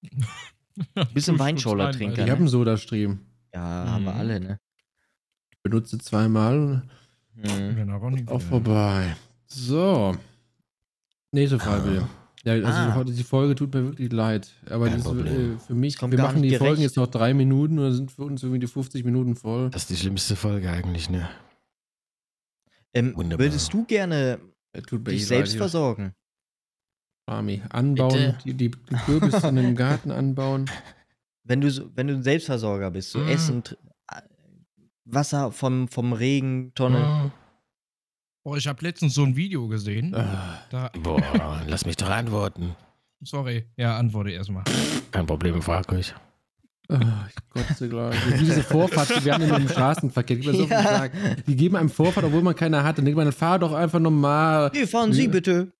Speaker 1: Bisschen Weinschorle trinken.
Speaker 3: Ich
Speaker 1: Ja. ne?
Speaker 3: habe einen Soda Stream.
Speaker 1: Ja, haben wir
Speaker 2: Mhm.
Speaker 1: alle, ne?
Speaker 3: Benutze zweimal und
Speaker 1: Mhm.
Speaker 2: Wenn er ran-
Speaker 3: auch vorbei. So. Nächste Frage bitte. Ja, also
Speaker 1: Ah.
Speaker 3: heute die Folge tut mir wirklich leid. Aber
Speaker 4: Kein
Speaker 3: das, ist,
Speaker 4: Problem.
Speaker 3: äh, für mich,
Speaker 1: Es kommt
Speaker 3: wir
Speaker 1: gar
Speaker 3: machen
Speaker 1: nicht
Speaker 3: die Folgen
Speaker 1: gerecht.
Speaker 3: jetzt noch drei Minuten oder sind für uns irgendwie die 50 Minuten voll.
Speaker 4: Das ist die schlimmste Folge eigentlich, ne?
Speaker 1: Ähm,
Speaker 4: Wunderbar.
Speaker 1: würdest du gerne
Speaker 3: Das Äh, tut mir
Speaker 1: dich
Speaker 3: echt leid,
Speaker 1: selbst
Speaker 3: ja.
Speaker 1: versorgen?
Speaker 3: Sami, anbauen,
Speaker 1: Bitte.
Speaker 3: die, die Kürbisse in dem Garten anbauen.
Speaker 1: Wenn du, so- wenn du ein Selbstversorger bist, so
Speaker 6: Mhm.
Speaker 1: Essen, tr- äh, Wasser vom, vom Regentonne.
Speaker 2: Oh, ich habe letztens so ein Video gesehen.
Speaker 3: Äh.
Speaker 4: Ah,
Speaker 2: Da,
Speaker 4: boah, lass mich doch antworten.
Speaker 2: sorry, ja, antworte erstmal.
Speaker 4: Kein Problem, frag euch.
Speaker 3: Ah, ich kotze gleich. Wie diese Vorfahrt, die wir haben im Straßenverkehr. Die, so
Speaker 1: Ja.
Speaker 3: ja. die geben einem Vorfahrt, obwohl man keine hat. Dann denkt man, dann fahr doch einfach normal.
Speaker 1: Nee, fahren Sie
Speaker 3: Ja.
Speaker 1: bitte.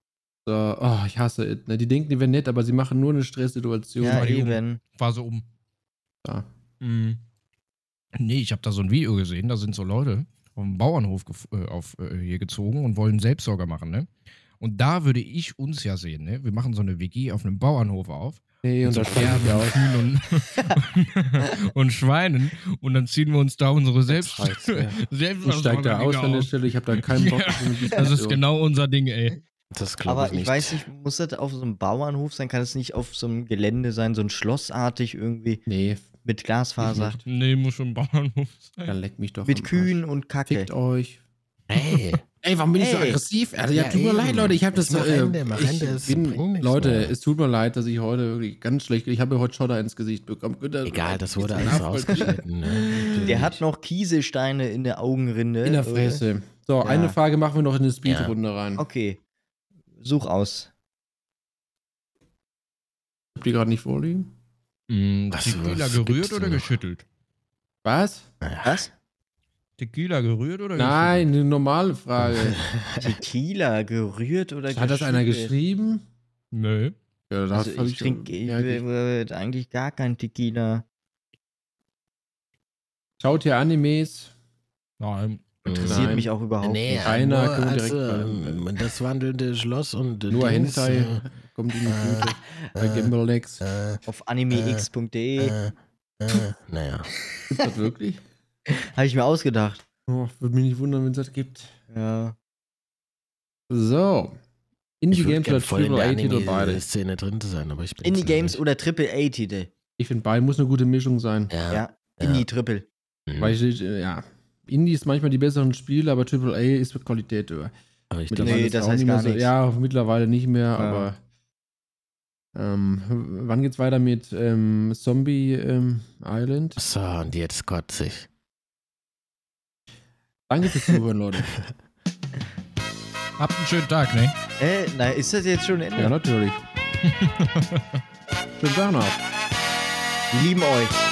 Speaker 3: So, oh, ich hasse es. Ne? Die denken, die wären nett, aber sie machen nur eine Stresssituation.
Speaker 1: Ja,
Speaker 2: mal die Jugend.
Speaker 1: eben.
Speaker 2: War so um.
Speaker 3: Ja.
Speaker 2: Mhm. Nee, ich habe da so ein Video gesehen, da sind so Leute vom Bauernhof gef- äh, auf, äh, hier gezogen und wollen Selbstsorger machen, ne? Und da würde ich uns ja sehen, ne? Wir machen so eine WG auf einem Bauernhof auf.
Speaker 3: Nee, und
Speaker 2: so
Speaker 3: das sterben
Speaker 2: Pferden
Speaker 3: wir
Speaker 2: und
Speaker 3: auch.
Speaker 2: Kühen und, und Schweinen. Und dann ziehen wir uns da unsere Selbst
Speaker 4: reicht's, ja.
Speaker 3: Ich steig da
Speaker 2: Selbstversorger
Speaker 3: aus an der
Speaker 2: aus.
Speaker 3: Stelle, ich habe da keinen Bock.
Speaker 2: Ja,
Speaker 3: auf diese
Speaker 2: Das ist
Speaker 3: Diskussion.
Speaker 2: genau unser Ding, ey.
Speaker 4: Das glaube
Speaker 1: Aber
Speaker 4: ich
Speaker 1: ich
Speaker 4: nicht.
Speaker 1: weiß nicht, muss das auf so einem Bauernhof sein? Kann es nicht auf so einem Gelände sein, so ein schlossartig irgendwie
Speaker 3: Nee,
Speaker 1: mit Glasfaser,
Speaker 3: nicht.
Speaker 2: Nee, muss schon Bauernhof sein.
Speaker 3: dann leck mich doch.
Speaker 1: mit
Speaker 3: am Arsch.
Speaker 1: Kühen und Kacke?
Speaker 3: Fickt euch.
Speaker 4: Hey,
Speaker 3: Ey, warum bin ich so
Speaker 1: Ey.
Speaker 3: aggressiv? Also, ja,
Speaker 4: Ja,
Speaker 3: tut mir
Speaker 4: eben.
Speaker 3: leid, Leute. Ich habe das. äh,
Speaker 4: Jetzt mach Ende, mach
Speaker 3: ich
Speaker 4: Ende, es bringt
Speaker 3: bin,
Speaker 4: nichts
Speaker 3: Leute,
Speaker 4: mehr.
Speaker 3: es tut mir leid, dass ich heute wirklich ganz schlecht. Ich habe heute Schotter ins Gesicht bekommen. Günther,
Speaker 4: egal, das wurde
Speaker 3: ich-
Speaker 4: alles rausgeschnitten. Ne?
Speaker 1: Der hat noch Kieselsteine in der Augenrinde.
Speaker 3: In der
Speaker 1: oder?
Speaker 3: Fresse. So,
Speaker 1: Ja.
Speaker 3: eine Frage machen wir noch in die Speedrunde rein.
Speaker 1: Okay. Such aus.
Speaker 3: Ich hab die gerade nicht vorliegen.
Speaker 2: Mhm,
Speaker 4: Was-
Speaker 2: Tequila
Speaker 4: was
Speaker 2: gerührt
Speaker 4: gibt's
Speaker 2: oder
Speaker 4: denn noch?
Speaker 2: geschüttelt?
Speaker 3: Was?
Speaker 1: Was?
Speaker 2: Tequila gerührt oder
Speaker 3: Nein, eine normale Frage.
Speaker 1: Tequila gerührt oder
Speaker 3: Hat das einer
Speaker 1: geschüttelt?
Speaker 3: geschrieben?
Speaker 2: Nö.
Speaker 3: Ja, da
Speaker 1: Also
Speaker 3: hab
Speaker 1: ich trinke ich,
Speaker 3: ja, ich-
Speaker 1: äh, eigentlich gar kein Tequila.
Speaker 3: Schaut ihr Animes?
Speaker 2: Nein.
Speaker 1: Interessiert
Speaker 3: Nein.
Speaker 1: mich auch überhaupt
Speaker 4: Nee,
Speaker 1: nicht.
Speaker 3: Einer
Speaker 4: nur
Speaker 3: können wir
Speaker 4: als,
Speaker 3: direkt
Speaker 4: ähm, das wandelnde Schloss und äh,
Speaker 3: Nur
Speaker 4: Dings,
Speaker 3: Hentai. Kommt in die
Speaker 4: äh,
Speaker 3: Tüte. Bei
Speaker 4: äh,
Speaker 3: Gimbalex.
Speaker 4: äh,
Speaker 1: Auf animex.de
Speaker 4: äh, äh, naja.
Speaker 3: Gibt das wirklich?
Speaker 1: habe ich mir ausgedacht.
Speaker 3: Oh, Würde mich nicht wundern, wenn es das gibt.
Speaker 1: Ja.
Speaker 3: So. Indie
Speaker 4: Ich würde
Speaker 3: Games
Speaker 4: gerne
Speaker 3: oder
Speaker 4: voll in
Speaker 3: Triple
Speaker 4: der
Speaker 3: A Titel beide.
Speaker 4: Anime-Szene drin zu sein, aber ich bin
Speaker 1: Indie Games oder Triple A Titel.
Speaker 3: Ich finde, beide muss eine gute Mischung sein.
Speaker 4: Ja.
Speaker 1: Ja. Indie Triple.
Speaker 4: mhm.
Speaker 3: Weil ich, äh, ja. Indie ist manchmal die besseren Spiele, aber Triple A ist mit Qualität über.
Speaker 4: Richtig.
Speaker 1: Nee,
Speaker 3: ist
Speaker 1: das
Speaker 3: auch
Speaker 1: heißt
Speaker 3: nicht mehr
Speaker 1: gar nichts.
Speaker 3: Ja, mittlerweile nicht mehr,
Speaker 1: Ja.
Speaker 3: aber Ähm, w- wann geht's weiter mit ähm, Zombie ähm, Island?
Speaker 4: So, und jetzt kotze ich.
Speaker 3: Danke fürs Zuhören, Leute.
Speaker 2: Habt einen schönen Tag, ne?
Speaker 1: Äh, na, ist das jetzt schon Ende?
Speaker 3: Ja, natürlich. Schönen Tag noch.
Speaker 1: Wir lieben euch.